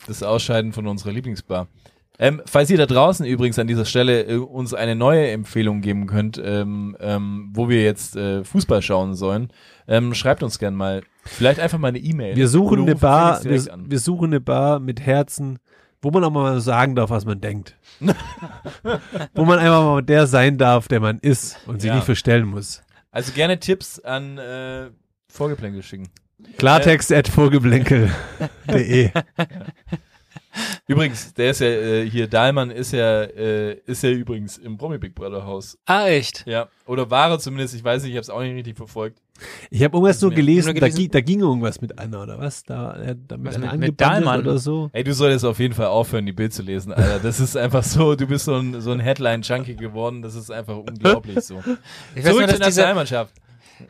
Das Ausscheiden von unserer Lieblingsbar. Ähm, falls ihr da draußen übrigens an dieser Stelle äh, uns eine neue Empfehlung geben könnt, ähm, ähm, wo wir jetzt äh, Fußball schauen sollen, ähm, schreibt uns gern mal. Vielleicht einfach mal eine E-Mail. wir suchen Oder eine rufen Bar, wir, Felix direkt an. wir suchen eine Bar mit Herzen, wo man auch mal sagen darf, was man denkt. wo man einfach mal der sein darf, der man ist und sich Ja. nicht verstellen muss. Also gerne Tipps an äh, Vorgeplänkel schicken. Klartext at vorgeblinkel.de. Übrigens, der ist ja äh, hier, Dahlmann ist ja, äh, ist ja übrigens im Promi Big Brother Haus. Ah, echt? Ja. Oder war er zumindest, ich weiß nicht, ich habe es auch nicht richtig verfolgt. Ich habe irgendwas nur Ja. gelesen, Nur da, gelesen. gi- da ging irgendwas mit Anna oder was? Da, er hat damit Was Anna mit- angebandelt mit Dahlmann? oder so. Ey, du solltest auf jeden Fall aufhören, die Bild zu lesen, Alter. Das ist einfach so, du bist so ein, so ein Headline-Junkie geworden, das ist einfach unglaublich so. Ich weiß Zurück zur nur, dass dieser, Nationalmannschaft.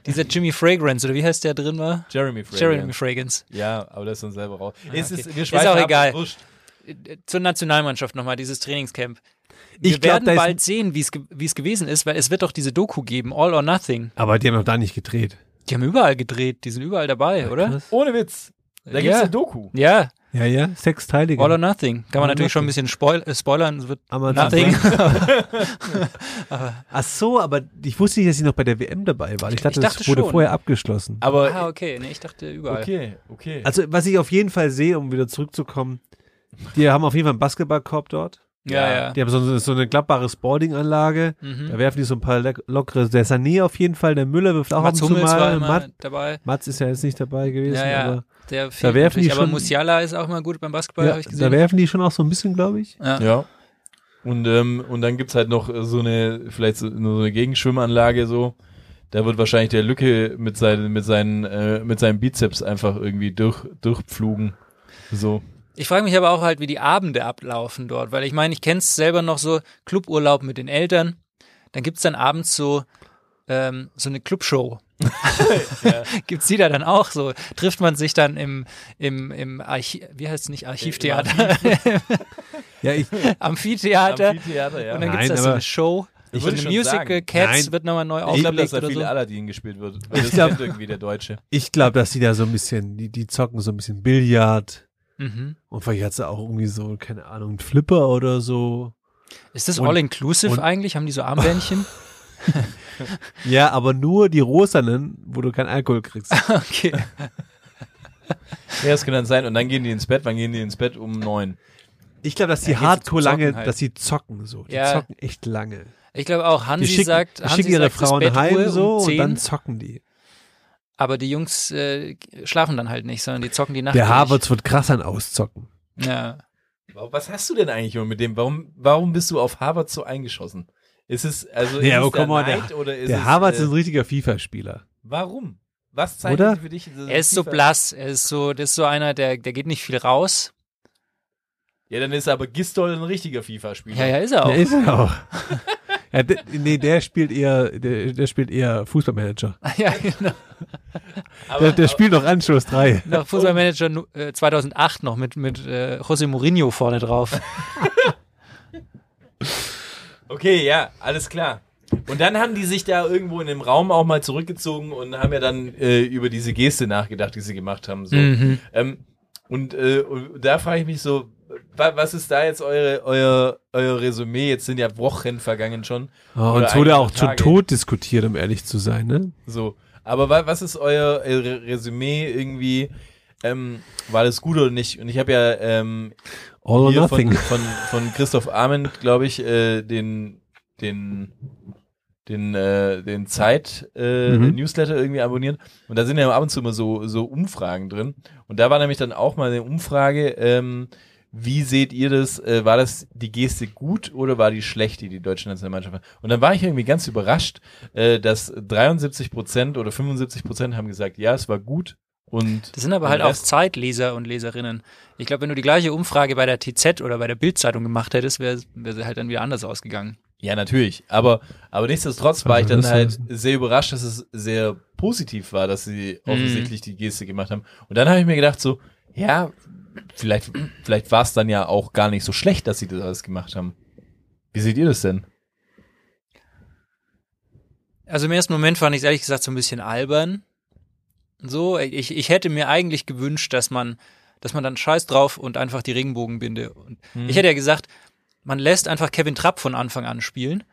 dieser Jimmy Fragrance, oder wie heißt der drin war? Jeremy Fragrance. Jeremy Fragrance. Ja, aber das ist dann selber raus. es okay. ist, wir Ist schweifen auch ab, egal. wurscht. Äh, Zur Nationalmannschaft nochmal, dieses Trainingscamp. Ich Wir glaub, da werden ist- bald sehen, wie es ge- wie es gewesen ist, weil es wird doch diese Doku geben, All or Nothing. Aber die haben noch da nicht gedreht. Die haben überall gedreht, die sind überall dabei, oder? Krass. Ohne Witz. Da gibt's Ja. eine Doku. Ja, Ja, ja, sechsteilige. All or Nothing. Kann All man or natürlich schon ein bisschen spoil äh, spoilern, es wird Amazon Nothing. Ach so, aber ich wusste nicht, dass sie noch bei der WM dabei waren. Ich dachte, Ich dachte das wurde schon. vorher abgeschlossen. Aber, ah, okay, nee, ich dachte überall. okay, okay. Also, was ich auf jeden Fall sehe, um wieder zurückzukommen, die haben auf jeden Fall einen Basketballkorb dort. Ja, Ja. ja. Mhm. Die haben so, eine- so eine klappbare Sporting-Anlage. Da werfen die so ein paar le- lockere. Der Sané auf jeden Fall, der Müller wirft auch Mats ab und zu Hummels mal. war immer Mat, dabei. Mats ist ja jetzt nicht dabei gewesen, Ja, ja. aber, Der fehlt werfen natürlich, die aber schon- Musiala ist auch mal gut beim Basketball, ja, habe ich da gesehen. werfen die schon auch so ein bisschen, glaube ich. ja. Also, Ja. Und, ähm, und dann gibt's halt noch äh, so eine, vielleicht so, nur so eine Gegenschwimmanlage so. Da wird wahrscheinlich der Lücke mit seinen, mit seinen, äh, mit seinen Bizeps einfach irgendwie durch, durchpflugen. So. Ich frage mich aber auch halt, wie die Abende ablaufen dort, weil ich meine, ich kenne es selber noch so, Cluburlaub mit den Eltern, dann gibt es dann abends so, ähm, so eine Clubshow. Gibt's die da dann auch so? Trifft man sich dann im, im, im Archiv, wie heißt es nicht, Archivtheater, Ja, ich, Amphitheater, Amphitheater, ja. und dann Nein, gibt's da so aber- eine Show. Ich so würde eine schon Musical, sagen, Cats nein. wird nochmal neu Ich glaube, aufgelegt dass da oder viel so. Aladdin gespielt wird. Weil das glaub- kennt irgendwie der Deutsche. ich glaube, dass die da so ein bisschen, die, die zocken so ein bisschen Billard. Mhm. Und vielleicht hat sie auch irgendwie so, keine Ahnung, einen Flipper oder so. Ist das Und- und- all-inclusive eigentlich? Haben die so Armbändchen? Ja, aber nur die rosanen, wo du keinen Alkohol kriegst. okay. Ja, das kann dann sein. Und dann gehen die ins Bett. Wann gehen die ins Bett? Um neun. Ich glaube, dass die Ja, hier hardcore zum Zocken lange, halt. dass sie zocken so. Die Ja. zocken echt lange. Ich glaube auch, Die Hansi schicken, sagt, die um Hansi schicken ihre sagt, es ist Frauen heim Bettruhe so um und 10. dann zocken die. Aber die Jungs äh, schlafen dann halt nicht, sondern die zocken die Nacht. Der durch. Harvards wird krass an Auszocken. Ja. Wa- Was hast du denn eigentlich immer mit dem? Warum, warum bist du auf Harvard so eingeschossen? Ist es also ist Ja, aber es der komm mal, der- Neid oder ist Der es, Harvards äh, ist ein richtiger FIFA-Spieler. Warum? Was zeigt Oder? für dich? Er ist so blass, er ist so, das ist so einer, der, der geht nicht viel raus. Ja, dann ist aber Gistol ein richtiger FIFA-Spieler. Ja, ja, ist er auch. Der ist er auch. ja, de, nee, der spielt eher, der, der spielt eher Fußballmanager. Ja, genau. Aber, Der, der spielt noch Anschluss 3. Nach Fußballmanager nu- äh, 2008 noch mit, mit äh, José Mourinho vorne drauf. okay, ja, alles klar. Und dann haben die sich da irgendwo in dem Raum auch mal zurückgezogen und haben ja dann äh, über diese Geste nachgedacht, die sie gemacht haben. So. Mhm. Ähm, und, äh, und da frage ich mich so, wa was ist da jetzt eure, euer, euer Resümee? Jetzt sind ja Wochen vergangen schon. Oh, Oder und wurde eigentlich auch schon Tage. tot diskutiert, um ehrlich zu sein. Ne? So, aber wa was ist euer äh, Re- Resümee irgendwie? Ähm, war das gut oder nicht? Und ich habe ja ähm, All or hier nothing. von, von, von Christoph Arment, glaube ich, äh, den, den, den, äh, den Zeit äh, Mhm. den Newsletter irgendwie abonniert. Und da sind ja ab und zu immer so, so Umfragen drin. Und da war nämlich dann auch mal eine Umfrage, ähm, wie seht ihr das? Äh, war das die Geste gut oder war die schlecht, die die deutsche Nationalmannschaft hat? Und dann war ich irgendwie ganz überrascht, äh, dass 73 Prozent oder 75 Prozent haben gesagt, ja, es war gut. Und Das sind aber den halt auch Rest- Zeitleser und Leserinnen. Ich glaube, wenn du die gleiche Umfrage bei der TZ oder bei der Bildzeitung gemacht hättest, wäre wär sie halt dann wieder anders ausgegangen. Ja, natürlich. Aber, aber nichtsdestotrotz war ich Also dann das halt lassen. sehr überrascht, dass es sehr positiv war, dass sie Mhm. offensichtlich die Geste gemacht haben. Und dann habe ich mir gedacht, so, ja, vielleicht, vielleicht war es dann ja auch gar nicht so schlecht, dass sie das alles gemacht haben. Wie seht ihr das denn? Also im ersten Moment fand ich es ehrlich gesagt so ein bisschen albern. So, ich, ich hätte mir eigentlich gewünscht, dass man, dass man dann scheiß drauf und einfach die Regenbogenbinde. Und ich hätte ja gesagt, man lässt einfach Kevin Trapp von Anfang an spielen.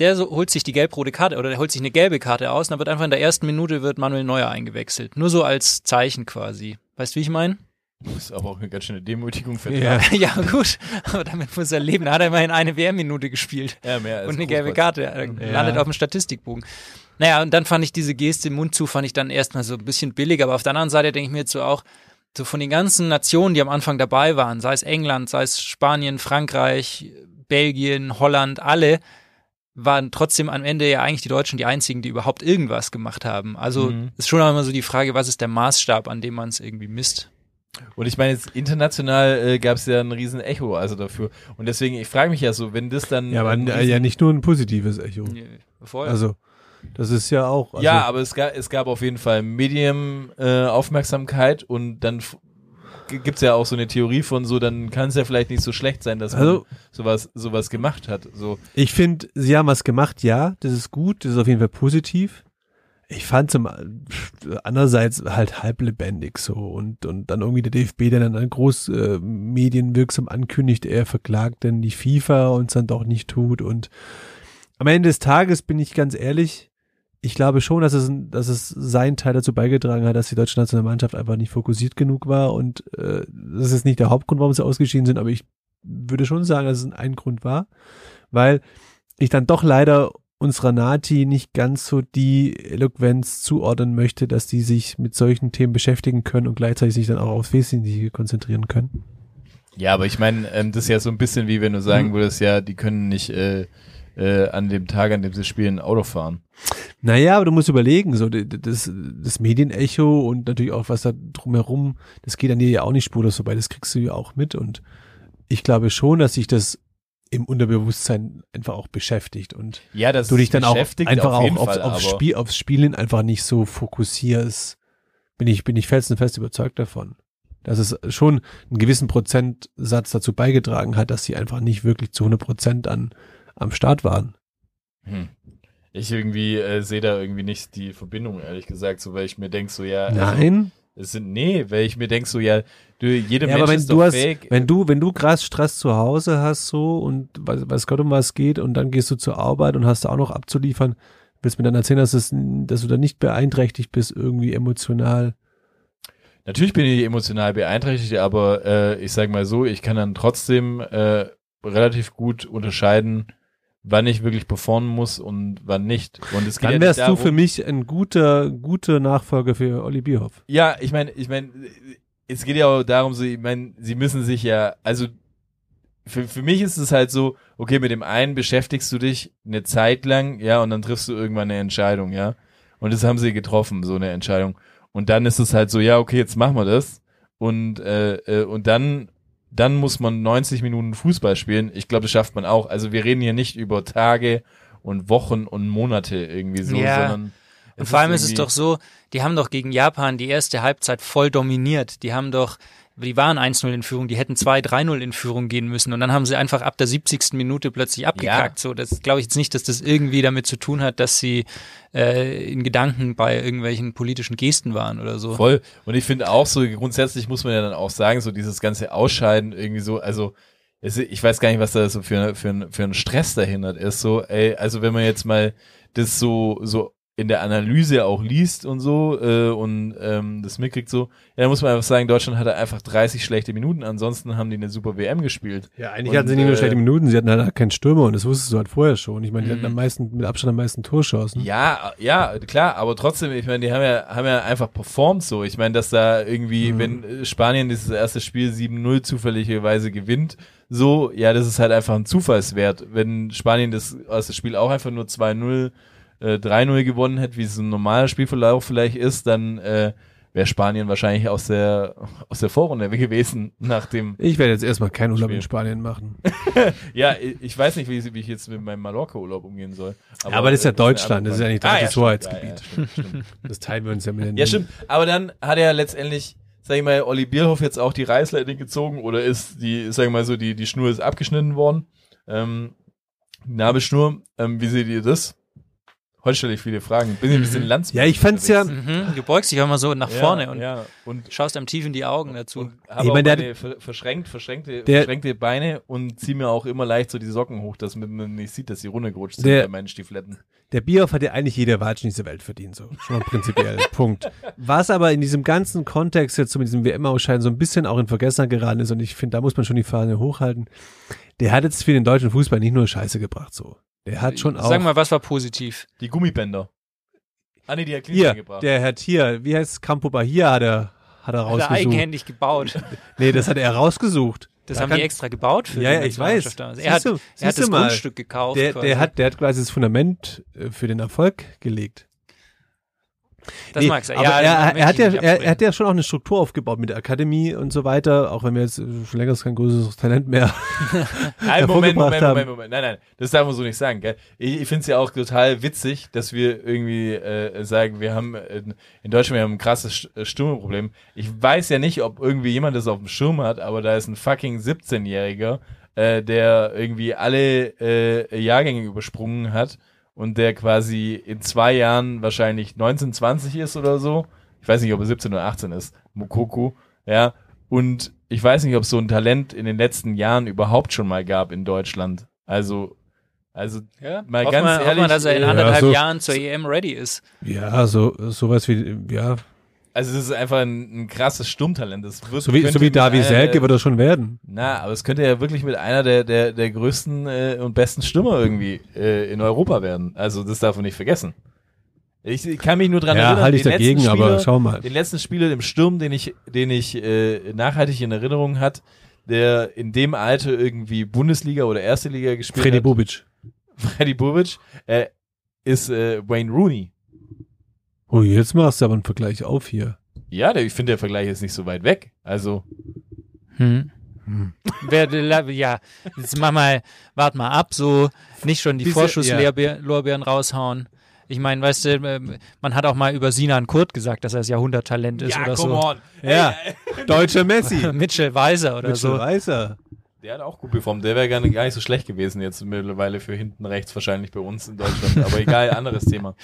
Der so, holt sich die gelb-rote Karte oder der holt sich eine gelbe Karte aus und dann wird einfach in der ersten Minute wird Manuel Neuer eingewechselt. Nur so als Zeichen quasi. Weißt du, wie ich meine? Das ist aber auch eine ganz schöne Demütigung für Ja. ja, gut, aber damit muss er leben. Da hat er immerhin eine WM-Minute gespielt ja, mehr als und eine Fußball. gelbe Karte. Er landet auf dem Statistikbogen. Naja, und dann fand ich diese Geste im Mund zu, fand ich dann erstmal so ein bisschen billig, aber auf der anderen Seite denke ich mir jetzt so auch, so von den ganzen Nationen, die am Anfang dabei waren, sei es England, sei es Spanien, Frankreich, Belgien, Holland, alle, waren trotzdem am Ende ja eigentlich die Deutschen die einzigen, die überhaupt irgendwas gemacht haben. Also ist schon auch immer so die Frage, was ist der Maßstab, an dem man es irgendwie misst? Und ich meine, jetzt international äh, gab es ja ein riesen Echo also dafür. Und deswegen, ich frage mich ja so, wenn das dann. Ja, aber ein n- riesen- ja nicht nur ein positives Echo. Vorher. Also, das ist ja auch. Also, ja, aber es gab, es gab auf jeden Fall Medium-Aufmerksamkeit und dann f- g- gibt's ja auch so eine Theorie von so, dann kann es ja vielleicht nicht so schlecht sein, dass Also- man sowas, sowas gemacht hat. So, Ich finde, sie haben was gemacht, ja, das ist gut, das ist auf jeden Fall positiv. Ich fand zum pff, andererseits halt halb lebendig so und, und dann irgendwie der DFB, der dann groß äh, medienwirksam ankündigt, er verklagt dann die FIFA und es dann doch nicht tut und am Ende des Tages bin ich ganz ehrlich, ich glaube schon, dass es, ein- dass es seinen Teil dazu beigetragen hat, dass die deutsche Nationalmannschaft einfach nicht fokussiert genug war und äh, das ist nicht der Hauptgrund, warum sie ausgeschieden sind, aber ich würde schon sagen, dass es ein Grund war, weil ich dann doch leider unserer Nati nicht ganz so die Eloquenz zuordnen möchte, dass die sich mit solchen Themen beschäftigen können und gleichzeitig sich dann auch aufs Wesentliche konzentrieren können. ja, aber ich meine, ähm, das ist ja so ein bisschen wie wenn du sagen würdest, ja, die können nicht äh, äh, an dem Tag, an dem sie spielen, Auto fahren. Naja, aber du musst überlegen, so d- d- das, das Medienecho und natürlich auch was da drumherum, das geht an dir ja auch nicht spurlos vorbei, das kriegst du ja auch mit und ich glaube schon, dass sich das im Unterbewusstsein einfach auch beschäftigt und Ja, das du dich dann auch beschäftigt einfach auf jeden auch aufs, Fall, aufs, aber- Spiel, aufs Spielen einfach nicht so fokussierst, bin ich, bin ich felsenfest überzeugt davon. Dass es schon einen gewissen Prozentsatz dazu beigetragen hat, dass sie einfach nicht wirklich zu 100 Prozent an, am Start waren. Hm. Ich irgendwie äh, sehe da irgendwie nicht die Verbindung, ehrlich gesagt, so weil ich mir denk so, ja, also, Nein. es sind, nee, weil ich mir denk so, ja, du, jede Ja, Mensch aber wenn ist du doch hast, fähig, äh, wenn du, wenn du krass Stress zu Hause hast so und weiß, weiß Gott um was geht und dann gehst du zur Arbeit und hast da auch noch abzuliefern, willst du mir dann erzählen, dass, es, dass du da nicht beeinträchtigt bist, irgendwie emotional. Natürlich bin ich emotional beeinträchtigt, aber äh, ich sage mal so, ich kann dann trotzdem äh, relativ gut unterscheiden, wann ich wirklich performen muss und wann nicht. Und es geht ja Dann nicht wärst du darum- für mich ein guter, guter Nachfolger für Olli Bierhoff. Ja, ich meine, ich meine, es geht ja auch darum, so, ich meine, sie müssen sich ja, also für, für mich ist es halt so, okay, mit dem einen beschäftigst du dich eine Zeit lang, ja, und dann triffst du irgendwann eine Entscheidung, ja. Und das haben sie getroffen, so eine Entscheidung. Und dann ist es halt so, ja, okay, jetzt machen wir das. Und, äh, äh, und dann, dann muss man 90 Minuten Fußball spielen. Ich glaube, das schafft man auch. Also wir reden hier nicht über Tage und Wochen und Monate irgendwie so, Ja. sondern. Und vor allem ist es irgendwie- doch so, die haben doch gegen Japan die erste Halbzeit voll dominiert. Die haben doch, die waren 1-0 in Führung, die hätten 2-3-0 in Führung gehen müssen. Und dann haben sie einfach ab der 70. Minute plötzlich abgekackt. So, das glaube ich jetzt nicht, dass das irgendwie damit zu tun hat, dass sie äh, in Gedanken bei irgendwelchen politischen Gesten waren oder so. Voll. Und ich finde auch so, grundsätzlich muss man ja dann auch sagen, so dieses ganze Ausscheiden irgendwie so, also es, ich weiß gar nicht, was da so für, für, für ein Stress dahinter ist. So, ey, also wenn man jetzt mal das so, so in der Analyse auch liest und so äh, und ähm, das mitkriegt so, ja, dann muss man einfach sagen, Deutschland hatte einfach 30 schlechte Minuten, ansonsten haben die eine super WM gespielt. Ja, eigentlich Und, hatten sie nicht nur äh, schlechte Minuten, sie hatten halt keinen Stürmer und das wusstest du halt vorher schon. Ich meine, die hatten am meisten, mit Abstand am meisten Torschancen. Ja, ja, klar, aber trotzdem, ich meine, die haben ja, haben ja einfach performt so. Ich meine, dass da irgendwie, Mhm. wenn äh, Spanien dieses erste Spiel 7-0 zufälligerweise gewinnt, so, ja, das ist halt einfach ein Zufallswert. Wenn Spanien das erste Spiel auch einfach nur 2-0, äh, 3-0 gewonnen hätte, wie es ein normaler Spielverlauf vielleicht ist, dann äh, wäre Spanien wahrscheinlich aus der, aus der Vorrunde gewesen nach dem. Ich werde jetzt erstmal keinen Urlaub Spiel. in Spanien machen. Ja, ich ich weiß nicht, wie, wie ich jetzt mit meinem Mallorca-Urlaub umgehen soll. Ja, aber das ist ja äh, eine Deutschland, andere das ist ja Frage. nicht Ah, das stimmt, Hoheitsgebiet. ja, ja, stimmt, stimmt. Das teilen wir uns ja mit den Ja, stimmt. Aber dann hat er letztendlich, sag ich mal, Olli Bierhoff jetzt auch die Reißleine gezogen oder ist die, sag ich mal so, die, die Schnur ist abgeschnitten worden. Ähm, die Nabelschnur, ähm, wie seht ihr das? Heute stelle ich viele Fragen. Bin ich ein bisschen Landsmann. Mhm. Ja, ich fand's ja, Mhm, du beugst dich auch immer so nach Ja, vorne und ja. und schaust einem tief in die Augen dazu. und habe Ich auch meine, der meine ver- verschränkt, verschränkte, der- verschränkte Beine und ziehe mir auch immer leicht so die Socken hoch, dass man nicht sieht, dass die runtergerutscht sind Der- bei meinen Stiefletten. der Bierhoff hat ja eigentlich jeder Watschen dieser Welt verdient, so. Schon mal prinzipiell. Punkt. Was aber in diesem ganzen Kontext jetzt so mit diesem WM-Ausscheiden so ein bisschen auch in Vergessenheit geraten ist und ich finde, da muss man schon die Fahne hochhalten. Der hat jetzt für den deutschen Fußball nicht nur Scheiße gebracht, so. Der hat schon auch. Sag mal, was war positiv? Die Gummibänder. Ah, nee, die hat Klinsmann hier, gebracht. der hat hier, wie heißt Campo Bahia, hat er, hat er Hat er rausgesucht. eigenhändig gebaut. nee, das hat er rausgesucht. Das Da haben die kann- extra gebaut für Ja, die ja, ich Nationalmannschaft weiß. damals. Er Siehst hat, du- er hat siehst du das mal. Grundstück gekauft. der, quasi. der, hat, der hat quasi das Fundament äh, für den Erfolg gelegt. Das Nee, mag's. Ja, aber er, möchte er, hat ich ja, nicht er, er absprechen. hat ja schon auch eine Struktur aufgebaut mit der Akademie und so weiter, auch wenn wir jetzt äh, schon länger kein größeres Talent mehr. Nein, Moment, hervorgebracht Moment, haben. Moment, Moment. Nein, nein, das darf man so nicht sagen. Gell? Ich, ich finde es ja auch total witzig, dass wir irgendwie äh, sagen, wir haben äh, in Deutschland wir haben ein krasses Sch- äh, Stimmeproblem. Ich weiß ja nicht, ob irgendwie jemand das auf dem Schirm hat, aber da ist ein fucking 17-Jähriger, äh, der irgendwie alle äh, Jahrgänge übersprungen hat und der quasi in zwei Jahren wahrscheinlich 19, 20 ist oder so. Ich weiß nicht, ob er 17 oder 18 ist. Mokoko, ja. Und ich weiß nicht, ob es so ein Talent in den letzten Jahren überhaupt schon mal gab in Deutschland. Also, also ja? mal Hoffen ganz wir- hoffen ehrlich, wir, dass er in äh, anderthalb ja, so- Jahren zur EM ready ist. Ja, so sowas wie ja, also es ist einfach ein, ein krasses Stummtalent. Das wird, so wie, könnte so wie mit Davi äh, einer Selke der- wird er schon werden. Na, aber es könnte ja wirklich mit einer der, der, der größten äh, und besten Stürmer irgendwie äh, in Europa werden. Also das darf man nicht vergessen. Ich, ich kann mich nur dran Ja, erinnern, halte ich den letzten dagegen, aber Spieler- schau mal. Den letzten Spieler im Sturm, den ich, den ich äh, nachhaltig in Erinnerung hat, der in dem Alter irgendwie Bundesliga oder Erste Liga gespielt Freddy hat. Bubic. Freddy Bobic, äh, ist äh, Wayne Rooney. Oh, jetzt machst du aber einen Vergleich auf hier. Ja, der, ich finde, der Vergleich ist nicht so weit weg. Also, Hm. Wer- la- ja, jetzt mach mal, wart mal ab, so nicht schon die Diese- Vorschusslorbeeren raushauen. Ich meine, weißt du, ähm, man hat auch mal über Sinan Kurt gesagt, dass er das Jahrhunderttalent ist oder so. on. Ja, deutscher Also, Messi. Mitchell Weiser oder Mitchell so. Weiser. Der hat auch gut performt. Der wäre gar nicht, gar nicht so schlecht gewesen jetzt mittlerweile für hinten rechts wahrscheinlich bei uns in Deutschland. Aber egal, anderes Thema.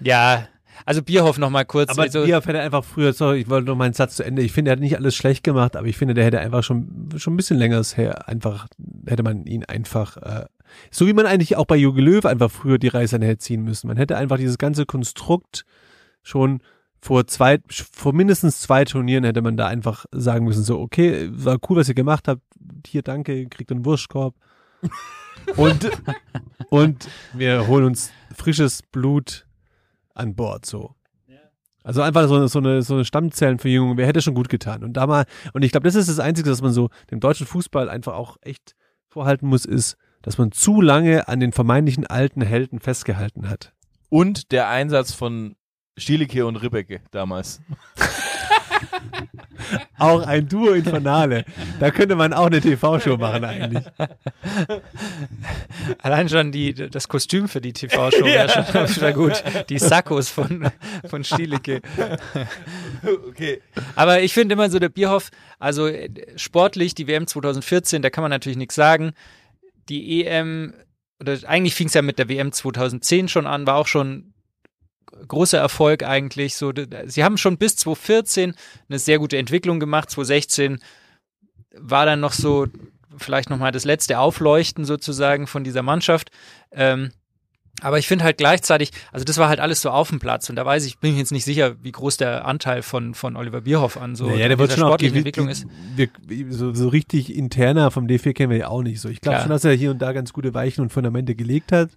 Ja, also Bierhoff noch mal kurz. Aber also, Bierhoff hätte einfach früher, sorry, ich wollte noch meinen Satz zu Ende. Ich finde, er hat nicht alles schlecht gemacht, aber ich finde, der hätte einfach schon, schon ein bisschen längeres her, einfach, hätte man ihn einfach, äh, so wie man eigentlich auch bei Jogi Löw einfach früher die Reißleine hätte ziehen müssen. Man hätte einfach dieses ganze Konstrukt schon vor zwei, vor mindestens zwei Turnieren hätte man da einfach sagen müssen, so, okay, war cool, was ihr gemacht habt, hier danke, kriegt einen Wurstkorb. Und, und wir holen uns frisches Blut an Bord so. Also einfach so, eine- so eine, so eine Stammzellenverjüngung, wer hätte schon gut getan. Und da mal, und ich glaube, das ist das Einzige, was man so dem deutschen Fußball einfach auch echt vorhalten muss, ist, dass man zu lange an den vermeintlichen alten Helden festgehalten hat. Und der Einsatz von Stielicke und Ribecke damals. Auch ein Duo Infernale. Da könnte man auch eine TV-Show machen eigentlich. Allein schon die, das Kostüm für die TV-Show wäre schon schon gut. Die Sakkos von, von Stielicke. Okay. Aber ich finde immer so der Bierhoff, also äh, sportlich, die WM 2014, da kann man natürlich nichts sagen. Die EM, oder eigentlich fing es ja mit der WM 2010 schon an, war auch schon großer Erfolg eigentlich. So, d- sie haben schon bis 2014 eine sehr gute Entwicklung gemacht. 2016 war dann noch so vielleicht nochmal das letzte Aufleuchten sozusagen von dieser Mannschaft. Ähm, aber ich finde halt gleichzeitig, also das war halt alles so auf dem Platz und da weiß ich, bin ich jetzt nicht sicher, wie groß der Anteil von, von Oliver Bierhoff an so dieser sportlichen gewi- Entwicklung die- ist. Wir, so, so richtig interner vom DFB kennen wir ja auch nicht so. Ich glaube Klar. schon, dass er hier und da ganz gute Weichen und Fundamente gelegt hat.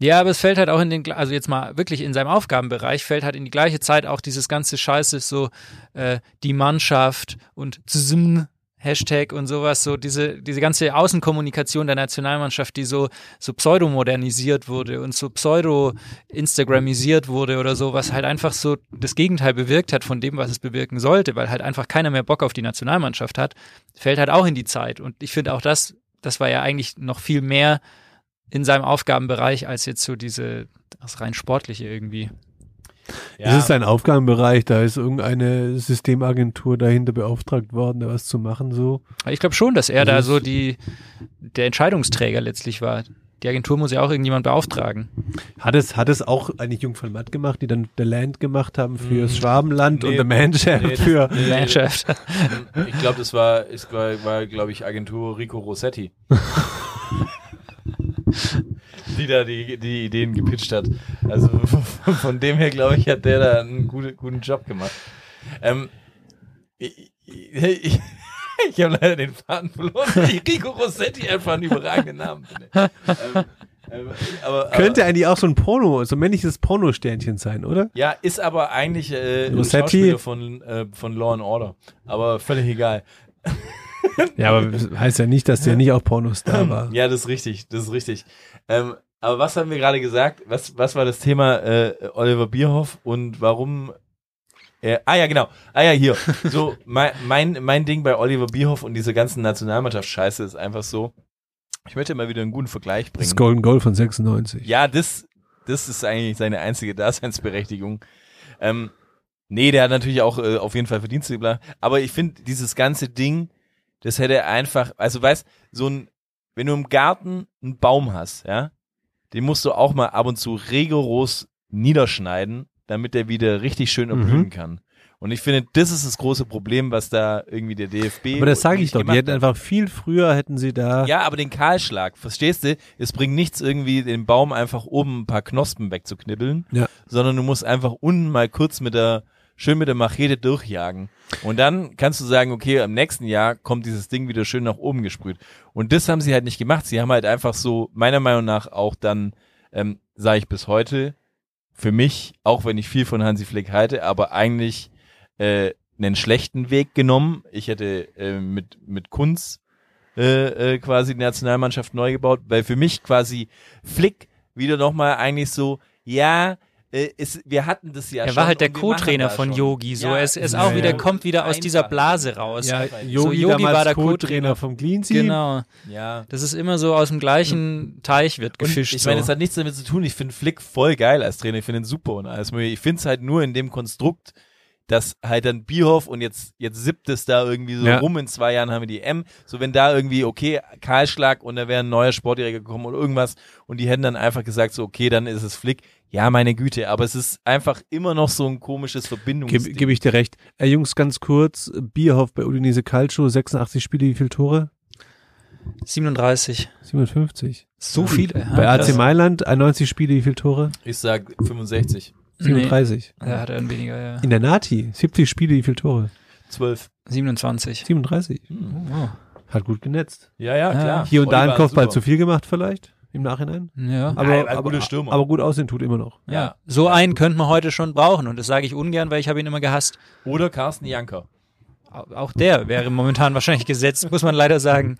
Ja, aber es fällt halt auch in den, gl- also jetzt mal wirklich in seinem Aufgabenbereich, fällt halt in die gleiche Zeit auch dieses ganze Scheiße, so äh, die Mannschaft und zusammen. Hashtag und sowas, so diese, diese ganze Außenkommunikation der Nationalmannschaft, die so, so pseudomodernisiert wurde und so pseudo-instagramisiert wurde oder so, was halt einfach so das Gegenteil bewirkt hat von dem, was es bewirken sollte, weil halt einfach keiner mehr Bock auf die Nationalmannschaft hat, fällt halt auch in die Zeit. Und ich finde auch das, das war ja eigentlich noch viel mehr in seinem Aufgabenbereich als jetzt so diese das rein sportliche irgendwie. Es ist ein Aufgabenbereich, da ist irgendeine Systemagentur dahinter beauftragt worden, da was zu machen so. Aber ich glaube schon, dass er da Das ist- so die der Entscheidungsträger letztlich war. Die Agentur muss ja auch irgendjemand beauftragen. Hat es, hat es auch eigentlich Jung von Matt gemacht, die dann The Land gemacht haben für das Schwabenland und Nee. The Man Champ Nee, das- für Die Mannschaft. Ich glaube, das war, ist, war, war glaube ich, Agentur Rico Rossetti. die da die, die Ideen gepitcht hat. Also von, von dem her, glaube ich, hat der da einen gute, guten Job gemacht. Ähm, ich ich, ich habe leider den Faden verloren, weil ich Rico Rossetti einfach einen überragenden Namen finde. Ähm, ähm, aber, aber, könnte eigentlich auch so ein Porno, so ein männliches Porno-Sternchen sein, oder? Ja, ist aber eigentlich äh, ein Rossetti. Schauspieler von, äh, von Law and Order. Aber völlig egal. Ja, aber das heißt ja nicht, dass der nicht auch Pornostar war. Ja, das ist richtig, das ist richtig. Ähm, aber was haben wir gerade gesagt? Was, was war das Thema äh, Oliver Bierhoff und warum? Äh, ah ja, genau. Ah ja, hier. So, mein, mein, mein Ding bei Oliver Bierhoff und dieser ganzen Nationalmannschaft-Scheiße ist einfach so, ich möchte mal wieder einen guten Vergleich bringen. Das Golden Goal von 96. Ja, das, das ist eigentlich seine einzige Daseinsberechtigung. Ähm, nee, der hat natürlich auch äh, auf jeden Fall Verdienste gebracht. Aber ich finde, dieses ganze Ding, das hätte einfach, also weißt, so ein, wenn du im Garten einen Baum hast, ja, den musst du auch mal ab und zu rigoros niederschneiden, damit der wieder richtig schön erblühen Mhm. kann. Und ich finde, das ist das große Problem, was da irgendwie der DFB. Aber das sage ich nicht doch. Die gemacht hätten hat. einfach viel früher hätten sie da. Ja, aber den Kahlschlag, verstehst du? Es bringt nichts, irgendwie den Baum einfach oben ein paar Knospen wegzuknibbeln, Ja. sondern du musst einfach unten mal kurz mit der, schön mit der Machete durchjagen. Und dann kannst du sagen, okay, im nächsten Jahr kommt dieses Ding wieder schön nach oben gesprüht. Und das haben sie halt nicht gemacht. Sie haben halt einfach so, meiner Meinung nach, auch dann, ähm, sage ich bis heute, für mich, auch wenn ich viel von Hansi Flick halte, aber eigentlich äh, einen schlechten Weg genommen. Ich hätte äh, mit, mit Kunz äh, äh, quasi die Nationalmannschaft neu gebaut, weil für mich quasi Flick wieder nochmal eigentlich so, ja, äh, es, wir hatten das ja Er schon. war halt der und wir machen Co-Trainer das von schon. Yogi. So, Ja, er ist, er ist auch ja, wieder, ja. kommt wieder aus dieser Einfach. Blase raus. Ja, So, Yogi, Yogi damals war der Co-Trainer. Co-Trainer vom Clean Team. Genau. Ja. Das ist immer so aus dem gleichen Teich wird Und gefischt. Ich meine, es so. hat nichts damit zu tun. Ich finde Flick voll geil als Trainer. Ich finde ihn super und alles mögliche. Ich finde es halt nur in dem Konstrukt, dass halt dann Bierhoff und jetzt, jetzt sippt es da irgendwie so Ja. rum. In zwei Jahren haben wir die M. So, wenn da irgendwie, okay, Kahlschlag und da wäre ein neuer Sportdirektor gekommen oder irgendwas und die hätten dann einfach gesagt, so, okay, dann ist es Flick. Ja, meine Güte, aber es ist einfach immer noch so ein komisches Verbindungsding. Gebe geb ich dir recht. Äh, Jungs, ganz kurz, Bierhoff bei Udinese Calcio, 86 Spiele, wie viele Tore? 37. 57. So viele. bei Ja, AC krass. Mailand, 91 Spiele, wie viele Tore? Ich sag 65, Nee, 37. da hat er ein weniger, ja. In der Nati, 70 Spiele, wie viele Tore? 12. 27. 37. Hat gut genetzt. Ja, ja, klar. Ah, Hier und da im Volleyball, Kopfball super. zu viel gemacht vielleicht, im Nachhinein. Ja. Aber, Nein, war ein aber, guter Stürmer. aber gut aussehen tut immer noch. ja. So einen könnte man heute schon brauchen und das sage ich ungern, weil ich habe ihn immer gehasst. Oder Carsten Janker. Au- Auch der wäre momentan wahrscheinlich gesetzt, muss man leider sagen.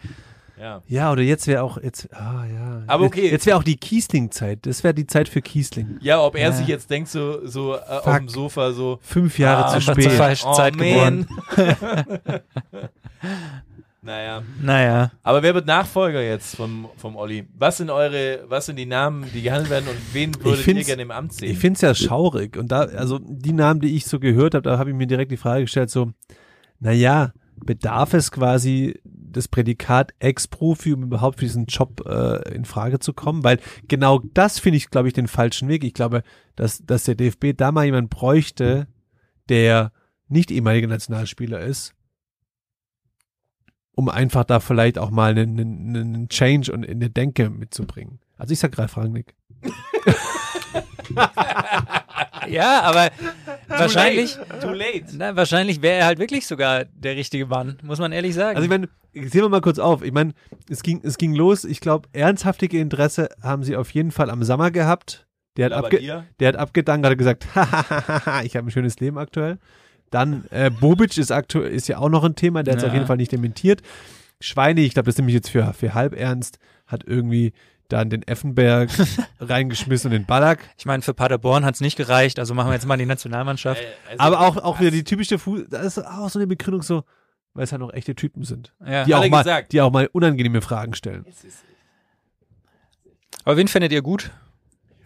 Ja. Ja, oder jetzt wäre auch, jetzt, ah ja. Aber okay. Jetzt, jetzt wäre auch die Kiesling-Zeit. Das wäre die Zeit für Kiesling. Ja, ob er sich jetzt denkt, so, so äh, auf Fuck. dem Sofa, so. Fünf Jahre Ah, zu Einfach spät. zur falschen Oh, Zeit man. geboren. Naja. Naja. Aber wer wird Nachfolger jetzt vom, vom Olli? Was sind eure, was sind die Namen, die gehandelt werden und wen würdet ihr find's- gerne im Amt sehen? Ich finde es ja schaurig. Und da, also die Namen, die ich so gehört habe, da habe ich mir direkt die Frage gestellt: so, naja, bedarf es quasi das Prädikat Ex-Profi, um überhaupt für diesen Job äh, in Frage zu kommen? Weil genau das finde ich, glaube ich, den falschen Weg. Ich glaube, dass, dass der DFB da mal jemand bräuchte, der nicht ehemaliger Nationalspieler ist, um einfach da vielleicht auch mal einen, einen, einen Change und in der Denke mitzubringen. Also ich sag Ralf Rangnick. Ja, aber wahrscheinlich, Too late. na, wahrscheinlich wäre er halt wirklich sogar der richtige Mann, muss man ehrlich sagen. Also ich meine, sehen wir mal kurz auf. Ich meine, es ging, es ging los. Ich glaube, ernsthaftige Interesse haben sie auf jeden Fall am Sommer gehabt. Der hat, Ja, bei abge dir? der hat abgedankt, hat gesagt, hahaha, ich habe ein schönes Leben aktuell. Dann äh, Bobic ist aktuell ist ja auch noch ein Thema, der hat Ja. auf jeden Fall nicht dementiert. Schweine, ich glaube, das nehme ich jetzt für, für halb ernst, hat irgendwie dann den Effenberg reingeschmissen und den Ballack. Ich meine, für Paderborn hat's nicht gereicht, also machen wir jetzt mal die Nationalmannschaft. Also, äh, Aber auch, auch wieder die typische Fuß, das ist auch so eine Begründung so, weil es halt noch echte Typen sind. Ja. Die, auch alle mal, gesagt. die auch mal unangenehme Fragen stellen. Aber wen findet ihr gut?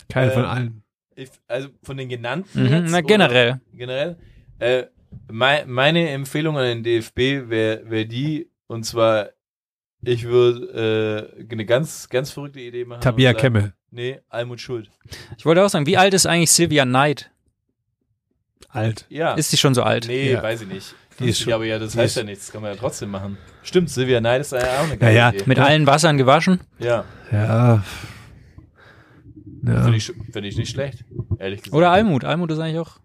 Keine Äh, von allen. ich, also von den genannten. Mhm, jetzt, na, oder- generell. Generell. Äh, mei- meine Empfehlung an den DFB wäre wär die, und zwar, ich würde äh, eine ganz, ganz verrückte Idee also machen. Tabea und sagen, Kemme. Nee, Almut Schuld. Ich wollte auch sagen, wie alt ist eigentlich Sylvia Knight? Alt. Ja. Ist sie schon so alt? nee, Ja. weiß ich nicht. Die ist schon- aber ja, das die heißt ist- ja nichts, das kann man ja trotzdem machen. Stimmt, Silvia Neid ist ja auch eine geile Ja, ja, Idee. Mit allen Wassern gewaschen? ja, Ja. Also finde ich, find ich nicht schlecht, ehrlich gesagt. Oder Almut? Almut ist eigentlich auch.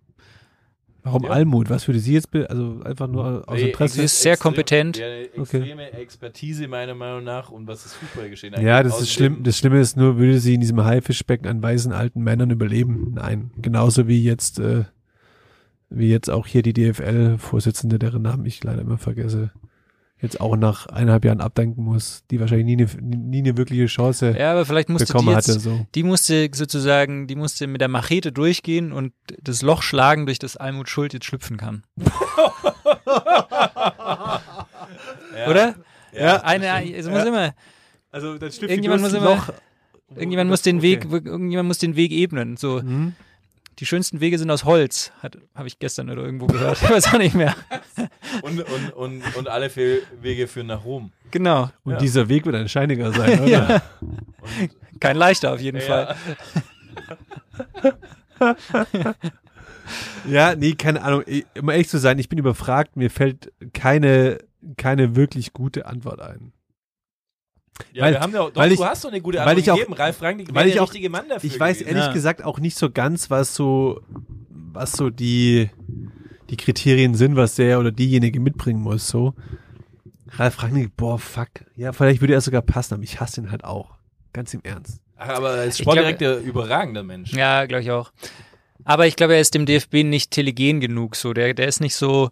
Warum Ja. Almut? Was würde sie jetzt, be- also einfach nur aus Nee, Interesse? sie ist sehr kompetent. Ja, eine extreme Expertise meiner Meinung nach und was das Fußballgeschehen angeht. Ja, das ist Außerdem- schlimm. Das Schlimme ist nur, würde sie in diesem Haifischbecken an weißen alten Männern überleben? Nein. Genauso wie jetzt, äh, wie jetzt auch hier die DFL-Vorsitzende, deren Namen ich leider immer vergesse, jetzt auch nach eineinhalb Jahren abdanken muss, die wahrscheinlich nie eine, nie eine wirkliche Chance Ja, aber vielleicht musste die bekommen jetzt, hatte. So. die musste sozusagen, die musste mit der Machete durchgehen und das Loch schlagen, durch das Almut Schuld jetzt schlüpfen kann. Oder? Ja, Eine, also muss immer, Also dann schlüpft irgendjemand muss immer, irgendjemand muss den Weg, irgendjemand muss den Weg ebnen. So, Mhm. die schönsten Wege sind aus Holz, hat, habe ich gestern oder irgendwo gehört. Ich weiß auch nicht mehr. Und, und, und, und alle Fe- Wege führen nach Rom. Genau. Und Ja. dieser Weg wird ein scheiniger sein, oder? Ja. Und, Kein leichter auf jeden Fall. ja, Ja, nee, keine Ahnung. Ich- Um ehrlich zu sein, ich bin überfragt. Mir fällt keine, keine wirklich gute Antwort ein. ja, Weil- wir haben ja auch, doch, weil ich- du hast doch eine gute weil Antwort ich auch- gegeben. Ralf Rangnick weil wäre ich der auch- richtige Mann dafür Ich weiß gewesen. ehrlich Ja. gesagt auch nicht so ganz, was so, was so die, die Kriterien sind, was der oder diejenige mitbringen muss. So. Ralf Rangnick, boah, fuck. Ja, vielleicht würde er sogar passen, aber ich hasse ihn halt auch. Ganz im Ernst. Ach, aber als Ich glaub- Sportdirektor überragender Mensch. Ja, glaube ich auch. Aber ich glaube, er ist dem DFB nicht telegen genug. So, der, der ist nicht so,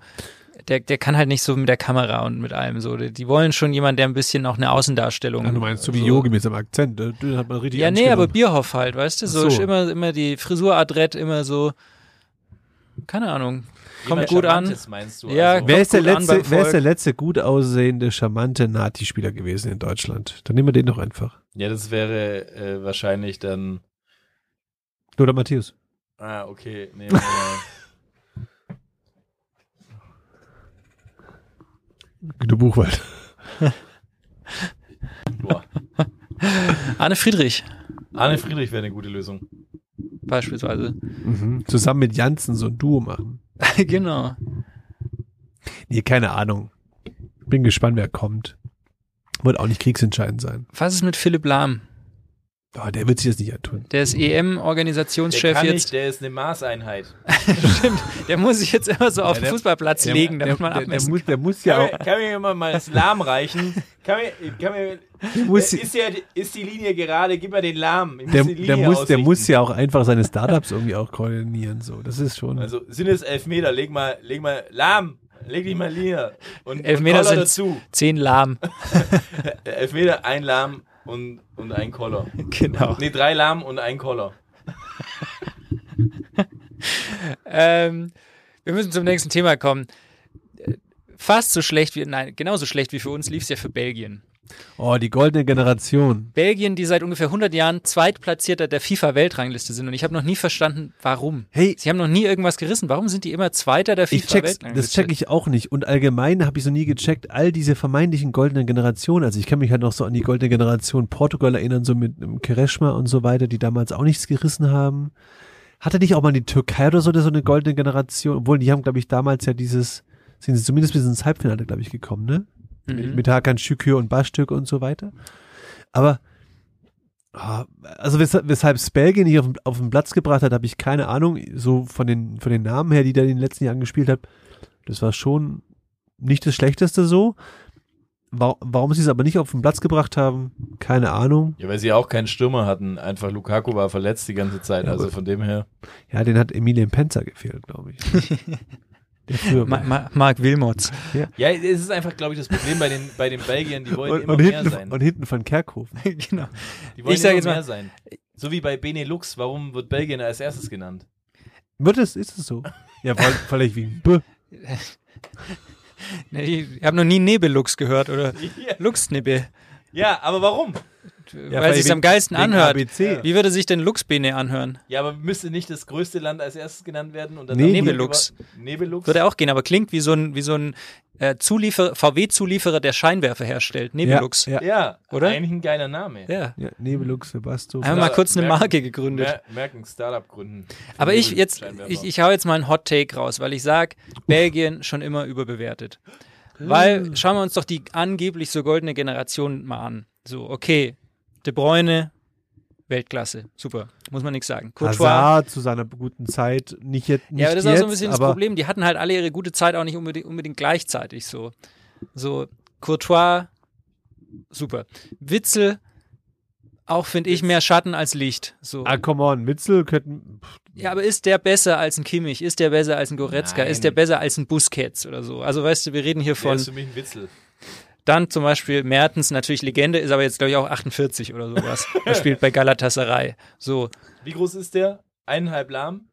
der, der kann halt nicht so mit der Kamera und mit allem so. Die die wollen schon jemanden, der ein bisschen auch eine Außendarstellung. so- mit seinem Akzent. Den hat man richtig Also- Ja, nee, aber Bierhoff halt, weißt du? So, Ach so. immer, immer die Frisur adrett, immer so. Keine Ahnung. Kommt Jemand gut an. Charmantes, Meinst du? Ja, also, Wer ist, der Kommt gut an beim letzte, wer ist Volk. der letzte gut aussehende, charmante Nati-Spieler gewesen in Deutschland? Dann nehmen wir den doch einfach. ja das wäre äh, wahrscheinlich dann. Oder Matthäus. Ah, okay. Nee, nee, nee. Güte Buchwald. Boah. Anne Friedrich Arne Friedrich wäre eine gute Lösung. beispielsweise. Zusammen mit Janssen so ein Duo machen. genau. Nee, keine Ahnung. Bin gespannt, wer kommt. Wird auch nicht kriegsentscheidend sein. Was ist mit Philipp Lahm? Oh, der wird sich das nicht antun. Der ist EM-Organisationschef jetzt. der ist eine Maßeinheit. Der muss sich jetzt immer so auf den der- Fußballplatz legen, damit man der, der, abmessen muss, der muss ja auch, kann mir immer mal das Lahm reichen? Kann mir, kann mir, der muss, ist, der, ist die Linie gerade? Gib mir den Lahm. Ich muss der, die Linie der, muss, der ausrichten. muss ja auch einfach seine Startups irgendwie auch koordinieren. So, das ist schon. Also sind es Elfmeter, leg mal, leg mal Lahm. Leg dich mal Linie. Und, Elfmeter und Koller sind dazu. zehn lahm. Äh, Elfmeter, ein Lahm und, und ein Koller. genau. Nee, drei Lahm und ein Koller. Ähm, wir müssen zum nächsten Thema kommen. Äh, Fast so schlecht wie, nein, genauso schlecht wie für uns lief es ja für Belgien. Oh, die goldene Generation. Belgien, die seit ungefähr 100 Jahren Zweitplatzierter der FIFA-Weltrangliste sind und ich habe noch nie verstanden, warum. Hey. Sie haben noch nie irgendwas gerissen. Warum sind die immer Zweiter der Ich check's, FIFA-Weltrangliste? das check ich auch nicht. Und allgemein habe ich so nie gecheckt, all diese vermeintlichen goldenen Generationen. Also ich kann mich halt noch so an die goldene Generation Portugal erinnern, so mit einem Kereschma und so weiter, die damals auch nichts gerissen haben. Hatte nicht auch mal die Türkei oder so, so eine goldene Generation? Obwohl, die haben, glaube ich, damals ja dieses, sind sie zumindest bis ins Halbfinale, glaube ich, gekommen, ne? Mit, mit Hakan Şükür und Bastürk und so weiter. Aber Ah, Also wes- weshalb es Belgien nicht auf, den- auf den Platz gebracht hat, habe ich keine Ahnung. So von den, von den Namen her, die da in den letzten Jahren gespielt hat, das war schon nicht das Schlechteste so. Wa warum sie es aber nicht auf den Platz gebracht haben, keine Ahnung. Ja, weil sie auch keinen Stürmer hatten. Einfach Lukaku war verletzt die ganze Zeit. Also von dem her. Ja, den hat Emilien Penzer gefehlt, glaube ich. Der früher Ma mal. Ma Marc Wilmots. Ja, es ist einfach, glaube ich, das Problem bei den, bei den Belgiern. Die wollen Und, immer und, mehr hinten, sein. und hinten von Kerkhofen. genau. Die wollen Ich sag immer jetzt mal- mehr sein. So wie bei Benelux. Warum wird Belgien als erstes genannt? Wird es, ist es so? Ja, weil- vielleicht wie ein B. Nee, Ich habe noch nie Nebelux gehört oder Luxnebel, Ja, aber warum? weil es sich am geilsten wegen anhört. ABC. Wie würde sich denn Luxbene anhören? Ja, aber müsste nicht das größte Land als erstes genannt werden? Und dann Nee, Nebelux. Über- Nebelux? Würde auch gehen, aber klingt wie so ein, wie so ein äh, Zuliefer VW-Zulieferer, der Scheinwerfer herstellt. Nebelux. Ja, ja, ja, Oder? Eigentlich ein geiler Name. ja. ja, Nebelux, Sebasto. Einfach mal kurz eine merken- Marke gegründet. Mer merken, Startup gründen. Aber ich jetzt, Nebelscheinwerfer. ich, ich hau jetzt mal einen Hot Take raus, weil ich sag, Belgien schon immer überbewertet. Hm. Weil schauen wir uns doch die angeblich so goldene Generation mal an. So, okay, De Bruyne, Weltklasse, super, muss man nichts sagen. Courtois, Hazard zu seiner guten Zeit, nicht jetzt, nicht ja, aber das ist auch jetzt, so ein bisschen das aber Problem. Die hatten halt alle ihre gute Zeit auch nicht unbedingt, unbedingt gleichzeitig so. So, Courtois, super. Witzel, auch finde ich mehr Schatten als Licht. So. Ah, come on, Witzel könnten. pff, Ja, aber ist der besser als ein Kimmich? Ist der besser als ein Goretzka? Nein. Ist der besser als ein Busquets oder so? Also weißt du, wir reden hier Der von ist für mich ein Witzel. dann zum Beispiel Mertens, natürlich Legende, ist aber jetzt glaube ich auch 48 oder sowas. er spielt bei Galatasaray. So, Wie groß ist der? Eineinhalb Lahm?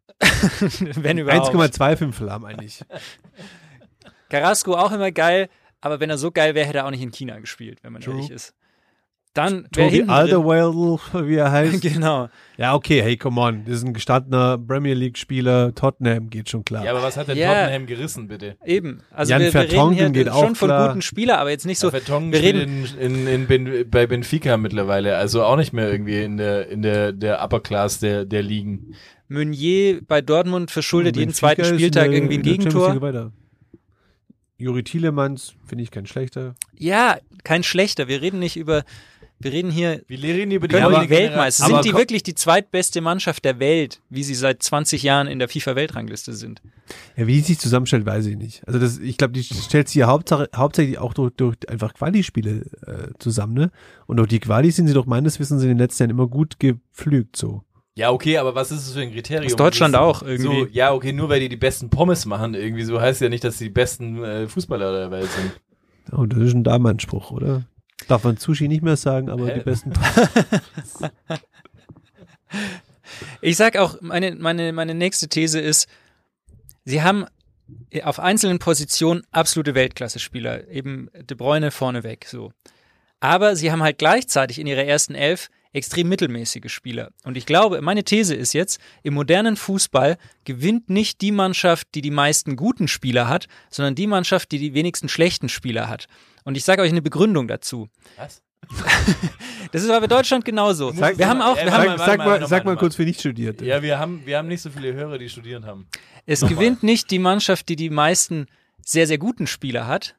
wenn überhaupt. 1,25 Lahm eigentlich. Carrasco auch immer geil, aber wenn er so geil wäre, hätte er auch nicht in China gespielt, wenn man ehrlich ist. Dann wer Toby hinten drin, Alderweireld, wie er heißt. genau. ja, okay, hey, come on. Das ist ein gestandener Premier League-Spieler. Tottenham geht schon klar. Ja, aber was hat denn Ja. Tottenham gerissen, bitte? Eben. Also Jan wir, wir reden Vertonghen hier geht schon auch von klar. guten Spielern, aber jetzt nicht so. Vertonghen wir spielt reden in, in, in ben, bei Benfica mittlerweile, also auch nicht mehr irgendwie in der in der der Upper Class der der Ligen. Meunier bei Dortmund verschuldet jeden Benfica zweiten ist in Spieltag der- irgendwie ein in der Champions Gegentor. League weiter. Juri Thielemanns finde ich kein schlechter. Ja, kein schlechter. Wir reden nicht über, wir reden hier Wir reden über die können neue die Weltmeister. Generation. Sind die ko- wirklich die zweitbeste Mannschaft der Welt, wie sie seit 20 Jahren in der FIFA-Weltrangliste sind? Ja, wie die sich zusammenstellt, weiß ich nicht. Also das, ich glaube, die stellt sich ja hauptsache, hauptsächlich auch durch, durch einfach Quali-Spiele äh, zusammen, ne? Und durch die Quali sind sie doch meines Wissens in den letzten Jahren immer gut gepflügt, so. Ja, okay, aber was ist es für ein Kriterium? Aus Deutschland Das ist auch So, irgendwie. ja, okay, nur weil die die besten Pommes machen, irgendwie so heißt ja nicht, dass die besten äh, Fußballer der Welt sind. Oh, das ist ein Damenanspruch, oder? Darf man Sushi nicht mehr sagen, aber Hä? die besten. Ich sag auch, meine, meine, meine nächste These ist, sie haben auf einzelnen Positionen absolute Weltklasse-Spieler, eben De Bruyne vorneweg, so. Aber sie haben halt gleichzeitig in ihrer ersten Elf extrem mittelmäßige Spieler. Und ich glaube, meine These ist jetzt, im modernen Fußball gewinnt nicht die Mannschaft, die die meisten guten Spieler hat, sondern die Mannschaft, die die wenigsten schlechten Spieler hat. Und ich sage euch eine Begründung dazu. Was? Das ist aber bei Deutschland genauso. Sag- wir haben auch, wir Ja, haben, Warte mal, Sag, sag warte mal, mal, sag warte mal mal. kurz, für nicht studiert. Ja, wir haben wir haben nicht so viele Hörer, die studiert haben. Es gewinnt nicht die Mannschaft, die die meisten sehr, sehr guten Spieler hat,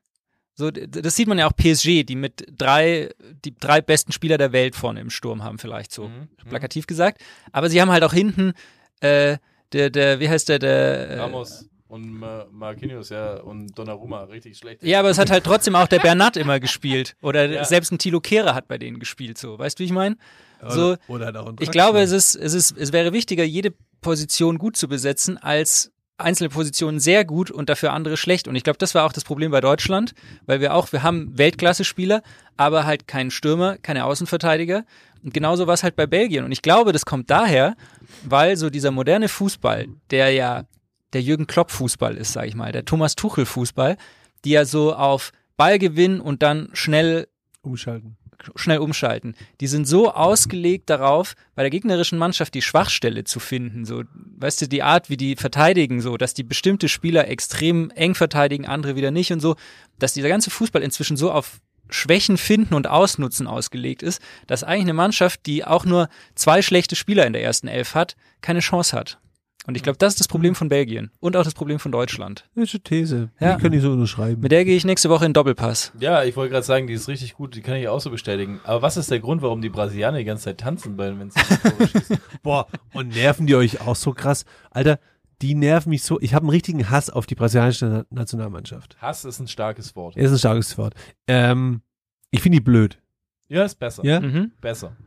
So, d- das sieht man ja auch PSG, die mit drei, die drei besten Spieler der Welt vorne im Sturm haben, vielleicht Mhm. so plakativ gesagt. Aber sie haben halt auch hinten, äh, der, der, wie heißt der, Äh. der. äh, Ramos und äh, Marquinhos, ja, und Donnarumma, richtig schlecht. Ja, aber es hat halt trotzdem auch der Bernat immer gespielt. Oder Ja. selbst ein Tilo Kehrer hat bei denen gespielt, so. Weißt du, wie ich meine? So, also Oder, oder halt auch ein ich glaube, Draxler. es ist, es ist, es wäre wichtiger, jede Position gut zu besetzen, als einzelne Positionen sehr gut und dafür andere schlecht. Und ich glaube, das war auch das Problem bei Deutschland, weil wir auch, wir haben Weltklasse-Spieler, aber halt keinen Stürmer, keine Außenverteidiger. Und genauso war es halt bei Belgien. Und ich glaube, das kommt daher, weil so dieser moderne Fußball, der ja der Jürgen Klopp-Fußball ist, sage ich mal, der Thomas Tuchel-Fußball, die ja so auf Ballgewinn und dann schnell umschalten. schnell umschalten. Die sind so ausgelegt darauf, bei der gegnerischen Mannschaft die Schwachstelle zu finden. So, weißt du, die Art, wie die verteidigen, so, dass die bestimmte Spieler extrem eng verteidigen, andere wieder nicht und so, dass dieser ganze Fußball inzwischen so auf Schwächen finden und ausnutzen ausgelegt ist, dass eigentlich eine Mannschaft, die auch nur zwei schlechte Spieler in der ersten Elf hat, keine Chance hat. Und ich glaube, das ist das Problem von Belgien und auch das Problem von Deutschland. Welche These? Ja. Die kann ich so unterschreiben. Mit der gehe ich nächste Woche in Doppelpass. Ja, ich wollte gerade sagen, die ist richtig gut, die kann ich auch so bestätigen. Aber was ist der Grund, warum die Brasilianer die ganze Zeit tanzen, wenn sie ins Tor schießen? Boah, und nerven die euch auch so krass? Alter, die nerven mich so. Ich habe einen richtigen Hass auf die brasilianische Na- Nationalmannschaft. Hass ist ein starkes Wort. Ist ein starkes Wort. Ähm, ich finde die blöd. Ja, ist besser. Ja? Mhm. Besser.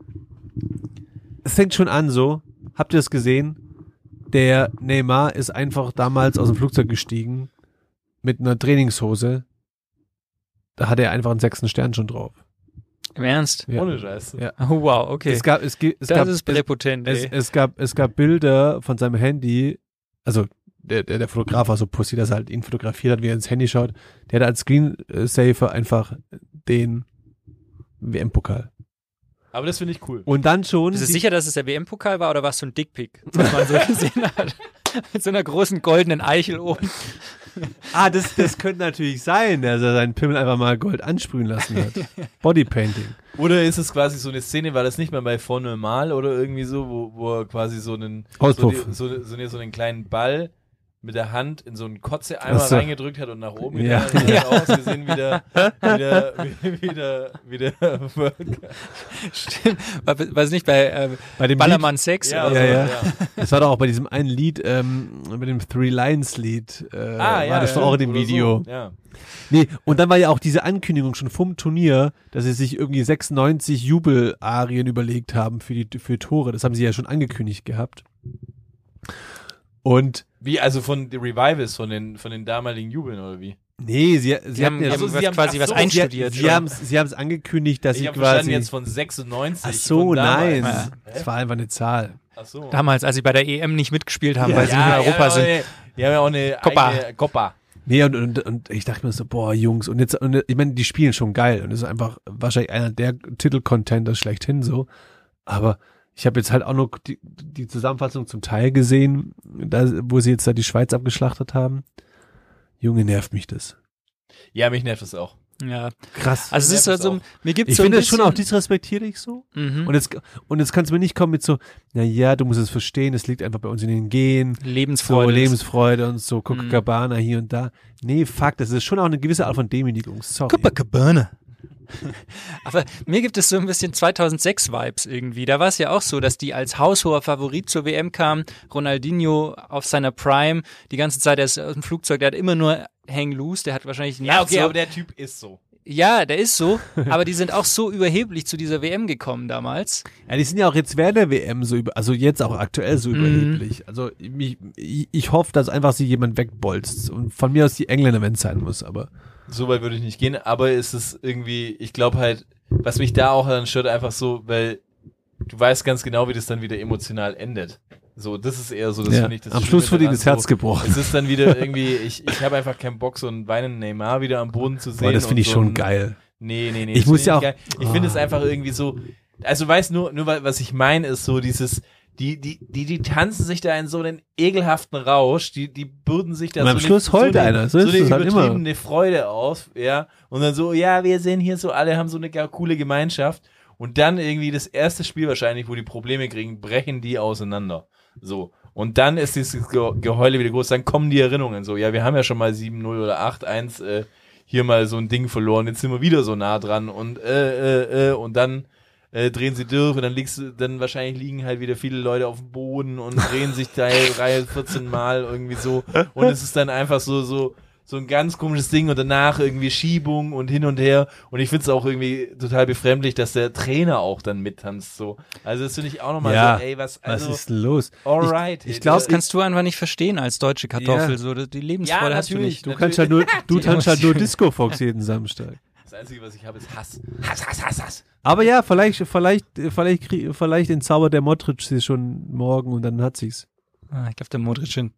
Es fängt schon an so. Habt ihr es gesehen? Der Neymar ist einfach damals aus dem Flugzeug gestiegen mit einer Trainingshose. Da hatte er einfach einen sechsten Stern schon drauf. Im Ernst? Ja. Ohne Scheiß. Ja. Oh, wow, okay. Es gab, es, ge- es das gab, ist es, präpotent. es, ey. es gab, es gab Bilder von seinem Handy. Also der, der, der Fotograf war so pussy, dass er halt ihn fotografiert hat, wie er ins Handy schaut. Der hatte als Screensaver einfach den WM-Pokal. Aber das finde ich cool. Und dann schon. Bist du die- sicher, dass es der WM-Pokal war oder war es so ein Dickpick, was man so gesehen hat? Mit so einer großen goldenen Eichel oben. Ah, das, das könnte natürlich sein, dass er seinen Pimmel einfach mal Gold ansprühen lassen hat. Bodypainting. Oder ist es quasi so eine Szene, war das nicht mal bei Vorne Mal oder irgendwie so, wo, wo er quasi so einen Auspuff. So, die- so, so, so einen kleinen Ball mit der Hand in so einen Kotze-Eimer Ach so. reingedrückt hat und nach oben Ja. gegangen ist, ja. ausgesehen wie der, wie der, wie der, wie der World Cup. War- Weiß nicht, bei ähm, Bei dem Ballermann 6 Ja, oder also, ja, ja. ja. Das war doch auch bei diesem einen Lied, ähm, bei dem Three Lions Lied, äh, war das doch auch in dem Ah, oder Video. So. Ja. Nee, und dann war ja auch diese Ankündigung schon vom Turnier, dass sie sich irgendwie 96 Jubelarien überlegt haben für die für Tore. Das haben sie ja schon angekündigt gehabt. Und Wie, also von den Revivals, von den, von den damaligen Jubeln oder wie? nee, sie, sie Die haben, hatten die ja haben also was, sie haben- quasi ach was so, einstudiert. Sie schon. haben es sie haben's angekündigt, dass Ich sie habe verstanden quasi jetzt von 96. Ach so, von nein. damals. Es war einfach eine Zahl. Ach so. Damals, als sie bei der EM nicht mitgespielt haben, weil sie nicht in Europa ja, sind. Eine, die haben ja auch eine Copa. eigene Copa. Nee, und, und, und ich dachte mir so, boah, Jungs, und jetzt, und ich meine, die spielen schon geil und das ist einfach wahrscheinlich einer der Titelcontender schlechthin so. Aber ich habe jetzt halt auch nur die, die Zusammenfassung zum Teil gesehen, da, wo sie jetzt da die Schweiz abgeschlachtet haben. Junge, nervt mich das. Ja, mich nervt das auch. Ja. Krass. Also es ist nervt also, es auch. mir gibt ich so ein finde das bisschen, schon auch disrespektierlich so. Mhm. Und jetzt, und jetzt kannst du mir nicht kommen mit so, na ja, du musst es verstehen, es liegt einfach bei uns in den Genen. Lebensfreude. So Lebensfreude und Mhm. so Copacabana hier und da. Nee, fuck, das ist schon auch eine gewisse Art von Demütigung. Sorry. Copacabana. Aber mir gibt es so ein bisschen 2006-Vibes irgendwie. Da war es ja auch so, dass die als haushoher Favorit zur WM kamen. Ronaldinho auf seiner Prime die ganze Zeit, der ist aus dem Flugzeug, der hat immer nur Hang Loose, der hat wahrscheinlich Ja, okay, nachts aber der Typ ist so. ja, der ist so. aber die sind auch so überheblich zu dieser WM gekommen damals. Ja, die sind ja auch jetzt während der WM so über, also jetzt auch aktuell Mhm. so überheblich. Also ich, ich, ich hoffe, dass einfach sie jemand wegbolzt. Und von mir aus die Engländer, wenn es sein muss, aber. So weit würde ich nicht gehen, aber es ist irgendwie, ich glaube halt, was mich da auch dann stört, einfach so, weil du weißt ganz genau, wie das dann wieder emotional endet. So, das ist eher so, das Ja. finde ich das Am Schlimme Schluss wird ihnen daran, das Herz so, gebrochen. Es ist dann wieder irgendwie, ich, ich habe einfach keinen Bock, so einen weinenden Neymar wieder am Boden zu sehen. Boah, das und finde ich so schon ein- geil. Nee, nee, nee. Ich das muss find ja nicht auch- Ah. geil. Ich finde es einfach irgendwie so. Also weiß nur, nur wa- was ich meine ist so dieses. Die, die, die, die tanzen sich da in so einen ekelhaften Rausch, die, die bürden sich da Und so am eine- Schluss heult so eine, einer, so ist eine es halt immer. übertriebene Freude auf, ja. Und dann so, ja, wir sind hier so, alle haben so eine ga- coole Gemeinschaft. Und dann irgendwie das erste Spiel wahrscheinlich, wo die Probleme kriegen, brechen die auseinander. So. Und dann ist dieses Ge Geheule wieder groß, dann kommen die Erinnerungen so, ja, wir haben ja schon mal 7-0 oder 8-1 äh, hier mal so ein Ding verloren, jetzt sind wir wieder so nah dran und äh, äh, äh, und dann äh, drehen sie durch und dann liegst du, dann wahrscheinlich liegen halt wieder viele Leute auf dem Boden und drehen sich da halt Reihe 14 Mal irgendwie so und es ist dann einfach so, so, so ein ganz komisches Ding und danach irgendwie Schiebung und hin und her und ich find's auch irgendwie total befremdlich, dass der Trainer auch dann mittanzt so. Also das finde ich auch nochmal Ja, so, ey, was, Was also, ist denn los? alright. ich ey, glaub, das- Das kannst du einfach nicht verstehen als deutsche Kartoffel. Ja. So, die Lebensfreude Ja, hast du natürlich. nicht. Du kannst halt nur, du Die tanzt halt nur Emotionen. Disco Fox jeden Samstag. das Einzige, was ich habe, ist Hass. Hass, Hass, Hass, Hass. Aber ja, vielleicht, vielleicht, äh, vielleicht, krie- vielleicht entzaubert der Modric sie schon morgen und dann hat sie's. Ah, Ich glaube, der Modric, äh,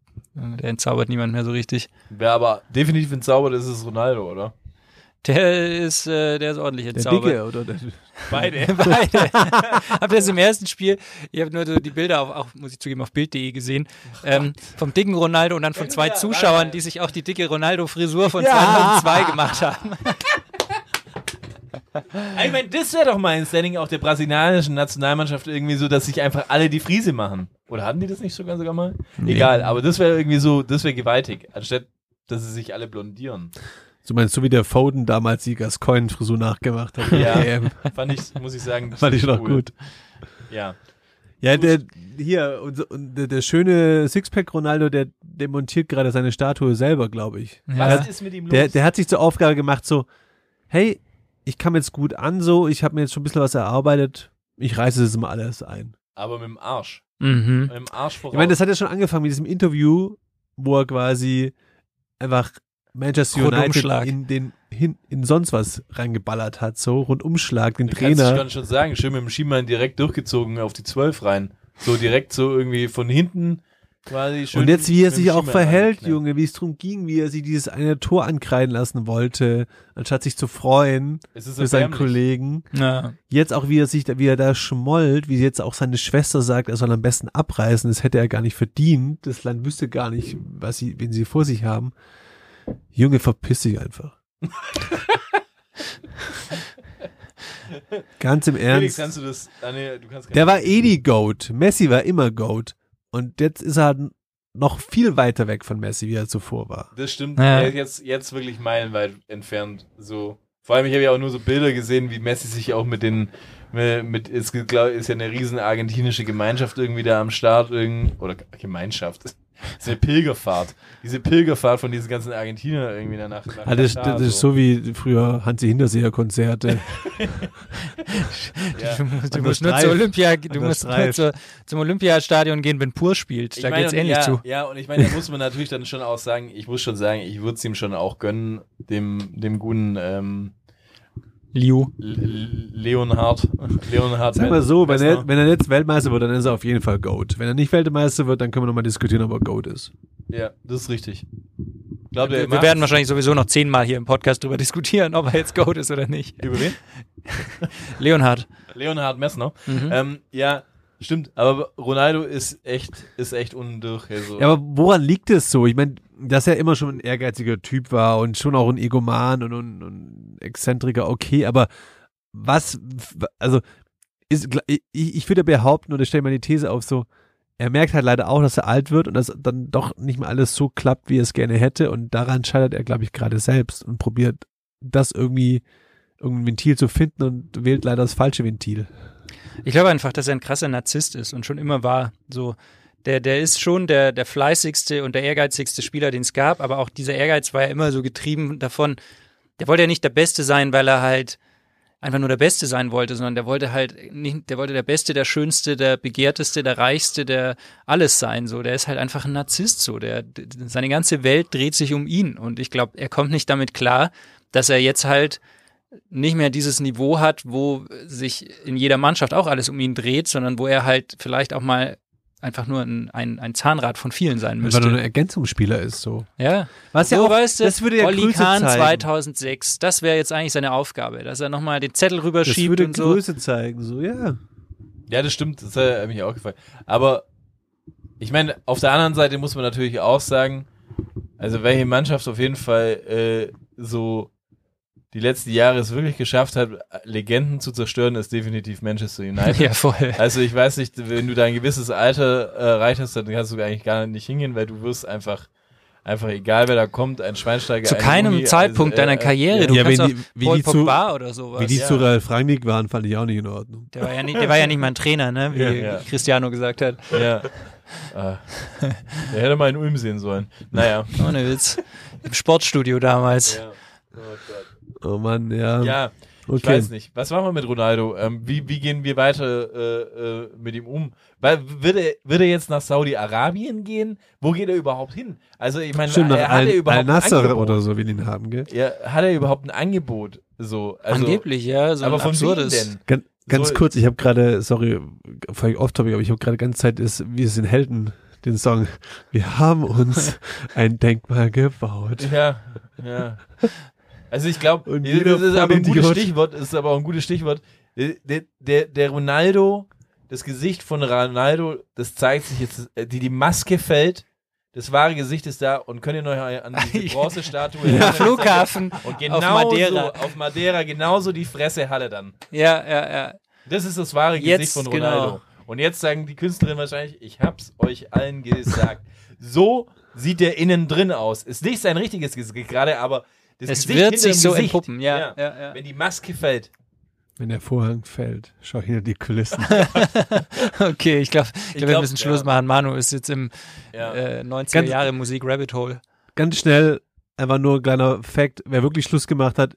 der entzaubert niemand mehr so richtig. Wer aber definitiv ein Zauber, das ist Ronaldo, oder? Der ist, äh, der ist ordentlich Der entzaubert. Dicke oder der, Beide. Beide. Habt ihr das im ersten Spiel, ihr habt nur so die Bilder, auf, auch, muss ich zugeben, auf Bild.de gesehen, ähm, vom dicken Ronaldo und dann von zwei Zuschauern, die sich auch die dicke Ronaldo-Frisur von 2002 gemacht haben. Ich meine, das wäre doch mal ein Standing auch der brasilianischen Nationalmannschaft irgendwie so, dass sich einfach alle die Friese machen. Oder hatten die das nicht sogar sogar mal? Egal, aber das wäre irgendwie so, das wäre gewaltig, anstatt dass sie sich alle blondieren. Du meinst, so wie der Foden damals die Gascoigne-Frisur nachgemacht hat. Ja. Ähm, Fand ich, muss ich sagen, Fand ich noch ziemlich cool. gut. Ja. Ja, der, hier, und, und der, der schöne Sixpack-Ronaldo, der demontiert gerade seine Statue selber, glaube ich. Was ist mit ihm los? Der, der hat sich zur Aufgabe gemacht, so, hey, ich kam jetzt gut an, so, ich habe mir jetzt schon ein bisschen was erarbeitet, ich reiße das mal alles ein. aber mit dem Arsch. Mhm. Mit dem Arsch voraus. Ich meine, das hat ja schon angefangen mit diesem Interview, wo er quasi einfach Manchester United Rundumschlag. in den hin, in sonst was reingeballert hat, so Rundumschlag, den du kannst dich Trainer. schon, schon sagen, schön mit dem Schiemann direkt durchgezogen auf die 12 rein. So direkt so irgendwie von hinten quasi schön. Und jetzt, wie er mit dem sich auch Schiemann verhält, reingeknallt. Junge, wie es drum ging, wie er sich dieses eine Tor ankreiden lassen wollte, anstatt sich zu freuen Es ist für seinen erbärmlich. Kollegen. Ja. Jetzt auch, wie er sich, da- wie er da schmollt, wie jetzt auch seine Schwester sagt, er soll am besten abreißen, das hätte er gar nicht verdient. Das Land wüsste gar nicht, was sie, wen sie vor sich haben. Junge, verpiss dich einfach. Ganz im Felix, Ernst. kannst du das. Ah, nee, du kannst gar Der war eh die Goat. Messi war immer Goat. Und jetzt ist er halt noch viel weiter weg von Messi, wie er zuvor war. Das stimmt. Ja. Er ist jetzt, jetzt wirklich meilenweit entfernt. So. Vor allem, ich habe ja auch nur so Bilder gesehen, wie Messi sich auch mit den, mit, mit es gibt, glaub, ist ja eine riesen argentinische Gemeinschaft irgendwie da am Start, irgend, oder Gemeinschaft. Das ist eine Pilgerfahrt. Diese Pilgerfahrt von diesen ganzen Argentinern irgendwie danach. nach Ah, das, Katar, das ist so wie früher Hansi Hinterseher Konzerte. Ja. Du, musst- du Anders musst nur, Streif. zur Olympia, du Anders musst nur Streif. zur, zum Olympiastadion gehen, wenn Pur spielt. Da meine, geht's und- ähnlich ja, zu. Ja, und ich meine, da muss man natürlich dann schon auch sagen, ich muss schon sagen, ich würde es ihm schon auch gönnen, dem, dem guten ähm, Liu. L- Leonhard. Leonhard Sag mal so, wenn Messner. er, wenn er jetzt Weltmeister wird, dann ist er auf jeden Fall Goat. Wenn er nicht Weltmeister wird, dann können wir nochmal diskutieren, ob er Goat ist. Ja, das ist richtig. Glaubt ihr, Wir, wir werden wahrscheinlich sowieso noch zehnmal hier im Podcast drüber diskutieren, ob er jetzt Goat ist oder nicht. über wen? Leonhard. Leonhard Messner. Mhm. Ähm, ja, stimmt. Aber Ronaldo ist echt, ist echt undurch. Also, Ja, aber woran liegt es so? Ich meine, dass er immer schon ein ehrgeiziger Typ war und schon auch ein Egoman und, und, und Exzentriker, okay, aber was, also, ist, gl- ich, ich würde behaupten oder stelle mal die These auf, so, er merkt halt leider auch, dass er alt wird und dass dann doch nicht mehr alles so klappt, wie er es gerne hätte und daran scheitert er, glaube ich, gerade selbst und probiert das irgendwie, irgendein Ventil zu finden und wählt leider das falsche Ventil. Ich glaube einfach, dass er ein krasser Narzisst ist und schon immer war. So, der, der ist schon der, der fleißigste und der ehrgeizigste Spieler, den es gab, aber auch dieser Ehrgeiz war ja immer so getrieben davon. Der wollte ja nicht der Beste sein, weil er halt einfach nur der Beste sein wollte, sondern der wollte halt nicht, der wollte der Beste, der Schönste, der Begehrteste, der Reichste, der alles sein. So, der ist halt einfach ein Narzisst. So, der, d- seine ganze Welt dreht sich um ihn und ich glaube, er kommt nicht damit klar, dass er jetzt halt nicht mehr dieses Niveau hat, wo sich in jeder Mannschaft auch alles um ihn dreht, sondern wo er halt vielleicht auch mal einfach nur ein, ein, ein Zahnrad von vielen sein Weil er nur ein müsste. Ergänzungsspieler ist, so. Ja. Was so, weißt du, das würde ja Olli Größe Kahn zeigen. 2006, das wäre jetzt eigentlich seine Aufgabe, dass er nochmal den Zettel Das rüberschiebt würde und so. Größe zeigen, so, ja. ja, das stimmt. Das hat mich auch gefallen. Aber ich meine, auf der anderen Seite muss man natürlich auch sagen, also welche Mannschaft auf jeden Fall äh, so die letzten Jahre es wirklich geschafft hat, Legenden zu zerstören, ist definitiv Manchester United. Ja, voll. Also ich weiß nicht, wenn du dein gewisses Alter äh, erreicht hast, dann kannst du eigentlich gar nicht hingehen, weil du wirst einfach Einfach egal, wer da kommt, ein Schweinsteiger. Zu ein keinem Uni, Zeitpunkt also, äh, deiner Karriere. Du Ja, kannst wenn die- auch wie Paul die zu- Pogba oder sowas. Wie die Ja. zu Ralf Rangnick waren, fand ich auch nicht in Ordnung. Der war, ja nicht, der war ja nicht mein Trainer, ne? wie Ja, ja. Cristiano gesagt hat. Ja. ja. Ah. Der hätte mal in Ulm sehen sollen. Naja. Ohne Witz. Im Sportstudio damals. Oh Mann, ja. Ja, ich okay. weiß nicht. Was machen wir mit Ronaldo? Ähm, wie, wie gehen wir weiter äh, äh, mit ihm um? Weil wird er, wird er jetzt nach Saudi-Arabien gehen? Wo geht er überhaupt hin? Also ich meine, Stimmt, er, nach hat er Al- überhaupt ein Al-Nasser Angebot? oder so will ihn haben, gell? Ja, hat er überhaupt ein Angebot? So, also, Angeblich, ja. So aber ein von wem absurdes. denn? Ganz, ganz So- kurz, ich habe gerade, sorry, völlig off-topic, aber ich habe gerade die ganze Zeit, ist, wir sind Helden, den Song. Wir haben uns ein Denkmal gebaut. Ja, ja. Also ich glaube, Und jeder das ist aber ein gutes Vollidiot. Stichwort, ist aber auch ein gutes Stichwort. Der, der, der Ronaldo, das Gesicht von Ronaldo, das zeigt sich jetzt, äh, die, die Maske fällt, das wahre Gesicht ist da und könnt ihr noch an die Bronzestatue Am erinnern? Flughafen, und auf genau Madeira. So, auf Madeira genauso die Fresse hatte dann. Ja, ja, ja. Das ist das wahre Gesicht Jetzt, von Ronaldo. genau. Und jetzt sagen die Künstlerin wahrscheinlich, ich hab's euch allen gesagt. so sieht der innen drin aus. Ist nicht sein richtiges Gesicht gerade, aber das Es Gesicht wird hinter dem sich so Gesicht, entpuppen, ja. ja. ja, Wenn die Maske fällt. Wenn der Vorhang fällt, schau hinter die Kulissen. Okay, ich glaube, ich glaub, wir glaub, müssen ja. Schluss machen. Manu ist jetzt im Ja. äh, 90er Ganz- Jahre Musik Rabbit Hole. ganz schnell, einfach nur ein kleiner Fact, wer wirklich Schluss gemacht hat,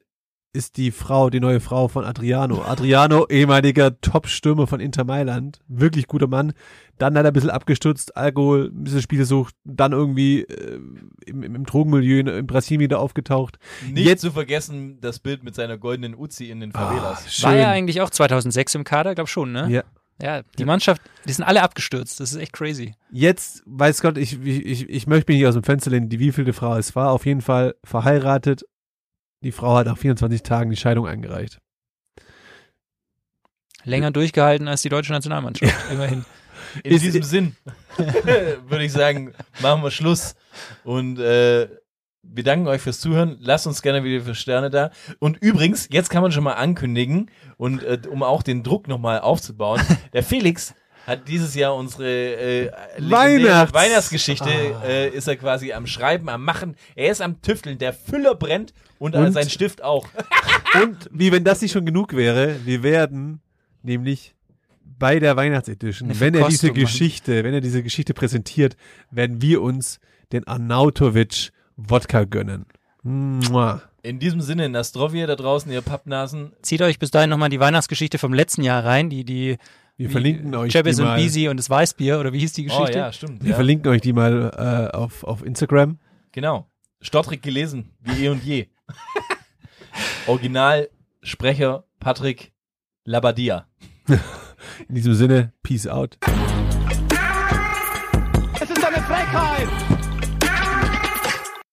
ist die Frau, die neue Frau von Adriano. Adriano, ehemaliger Top-Stürmer von Inter Mailand, wirklich guter Mann. Dann hat er ein bisschen abgestürzt, Alkohol, ein bisschen Spielsucht, dann irgendwie äh, im, im, im Drogenmilieu in, in Brasilien wieder aufgetaucht. Nicht Jetzt- zu vergessen das Bild mit seiner goldenen Uzi in Ah, den Favelas. War ja, ja eigentlich auch 2006 im Kader, glaube schon, ne? Ja, die Mannschaft, die sind alle abgestürzt. Das ist echt crazy. Jetzt, weiß Gott, ich, ich, ich, ich möchte mich nicht aus dem Fenster lehnen, die wievielte Frau es war. Auf jeden Fall verheiratet. Die Frau hat nach 24 Tagen die Scheidung eingereicht. Länger durchgehalten als die deutsche Nationalmannschaft, immerhin. In Ist- diesem Sinn würde ich sagen, machen wir Schluss. Und äh, wir danken euch fürs Zuhören. Lasst uns gerne wieder für Sterne da. Und übrigens, jetzt kann man schon mal ankündigen, und äh, um auch den Druck nochmal aufzubauen, der Felix hat dieses Jahr unsere äh, legendäre Weihnachts- Ah. Weihnachtsgeschichte, äh, ist er quasi am Schreiben, am Machen. Er ist am Tüfteln, der Füller brennt und, äh, Und? sein Stift auch. Und wie wenn das nicht schon genug wäre, wir werden nämlich bei der Weihnachtsedition, Eine wenn er diese Verkostung machen. Geschichte, wenn er diese Geschichte präsentiert, werden wir uns den Arnautovic Wodka gönnen. Mua. In diesem Sinne, Nastrovia da draußen, ihr Pappnasen, Zieht euch bis dahin nochmal die Weihnachtsgeschichte vom letzten Jahr rein, die, die Wir verlinken euch Jabez die und mal. Beasy und das Weißbier, oder wie hieß die Oh Geschichte? ja, stimmt. Wir ja. verlinken euch die mal äh, auf, auf Instagram. Genau. Stottrig gelesen, wie eh und je. Originalsprecher Patrick Labadia. In diesem Sinne, peace out. Es ist eine Frechheit!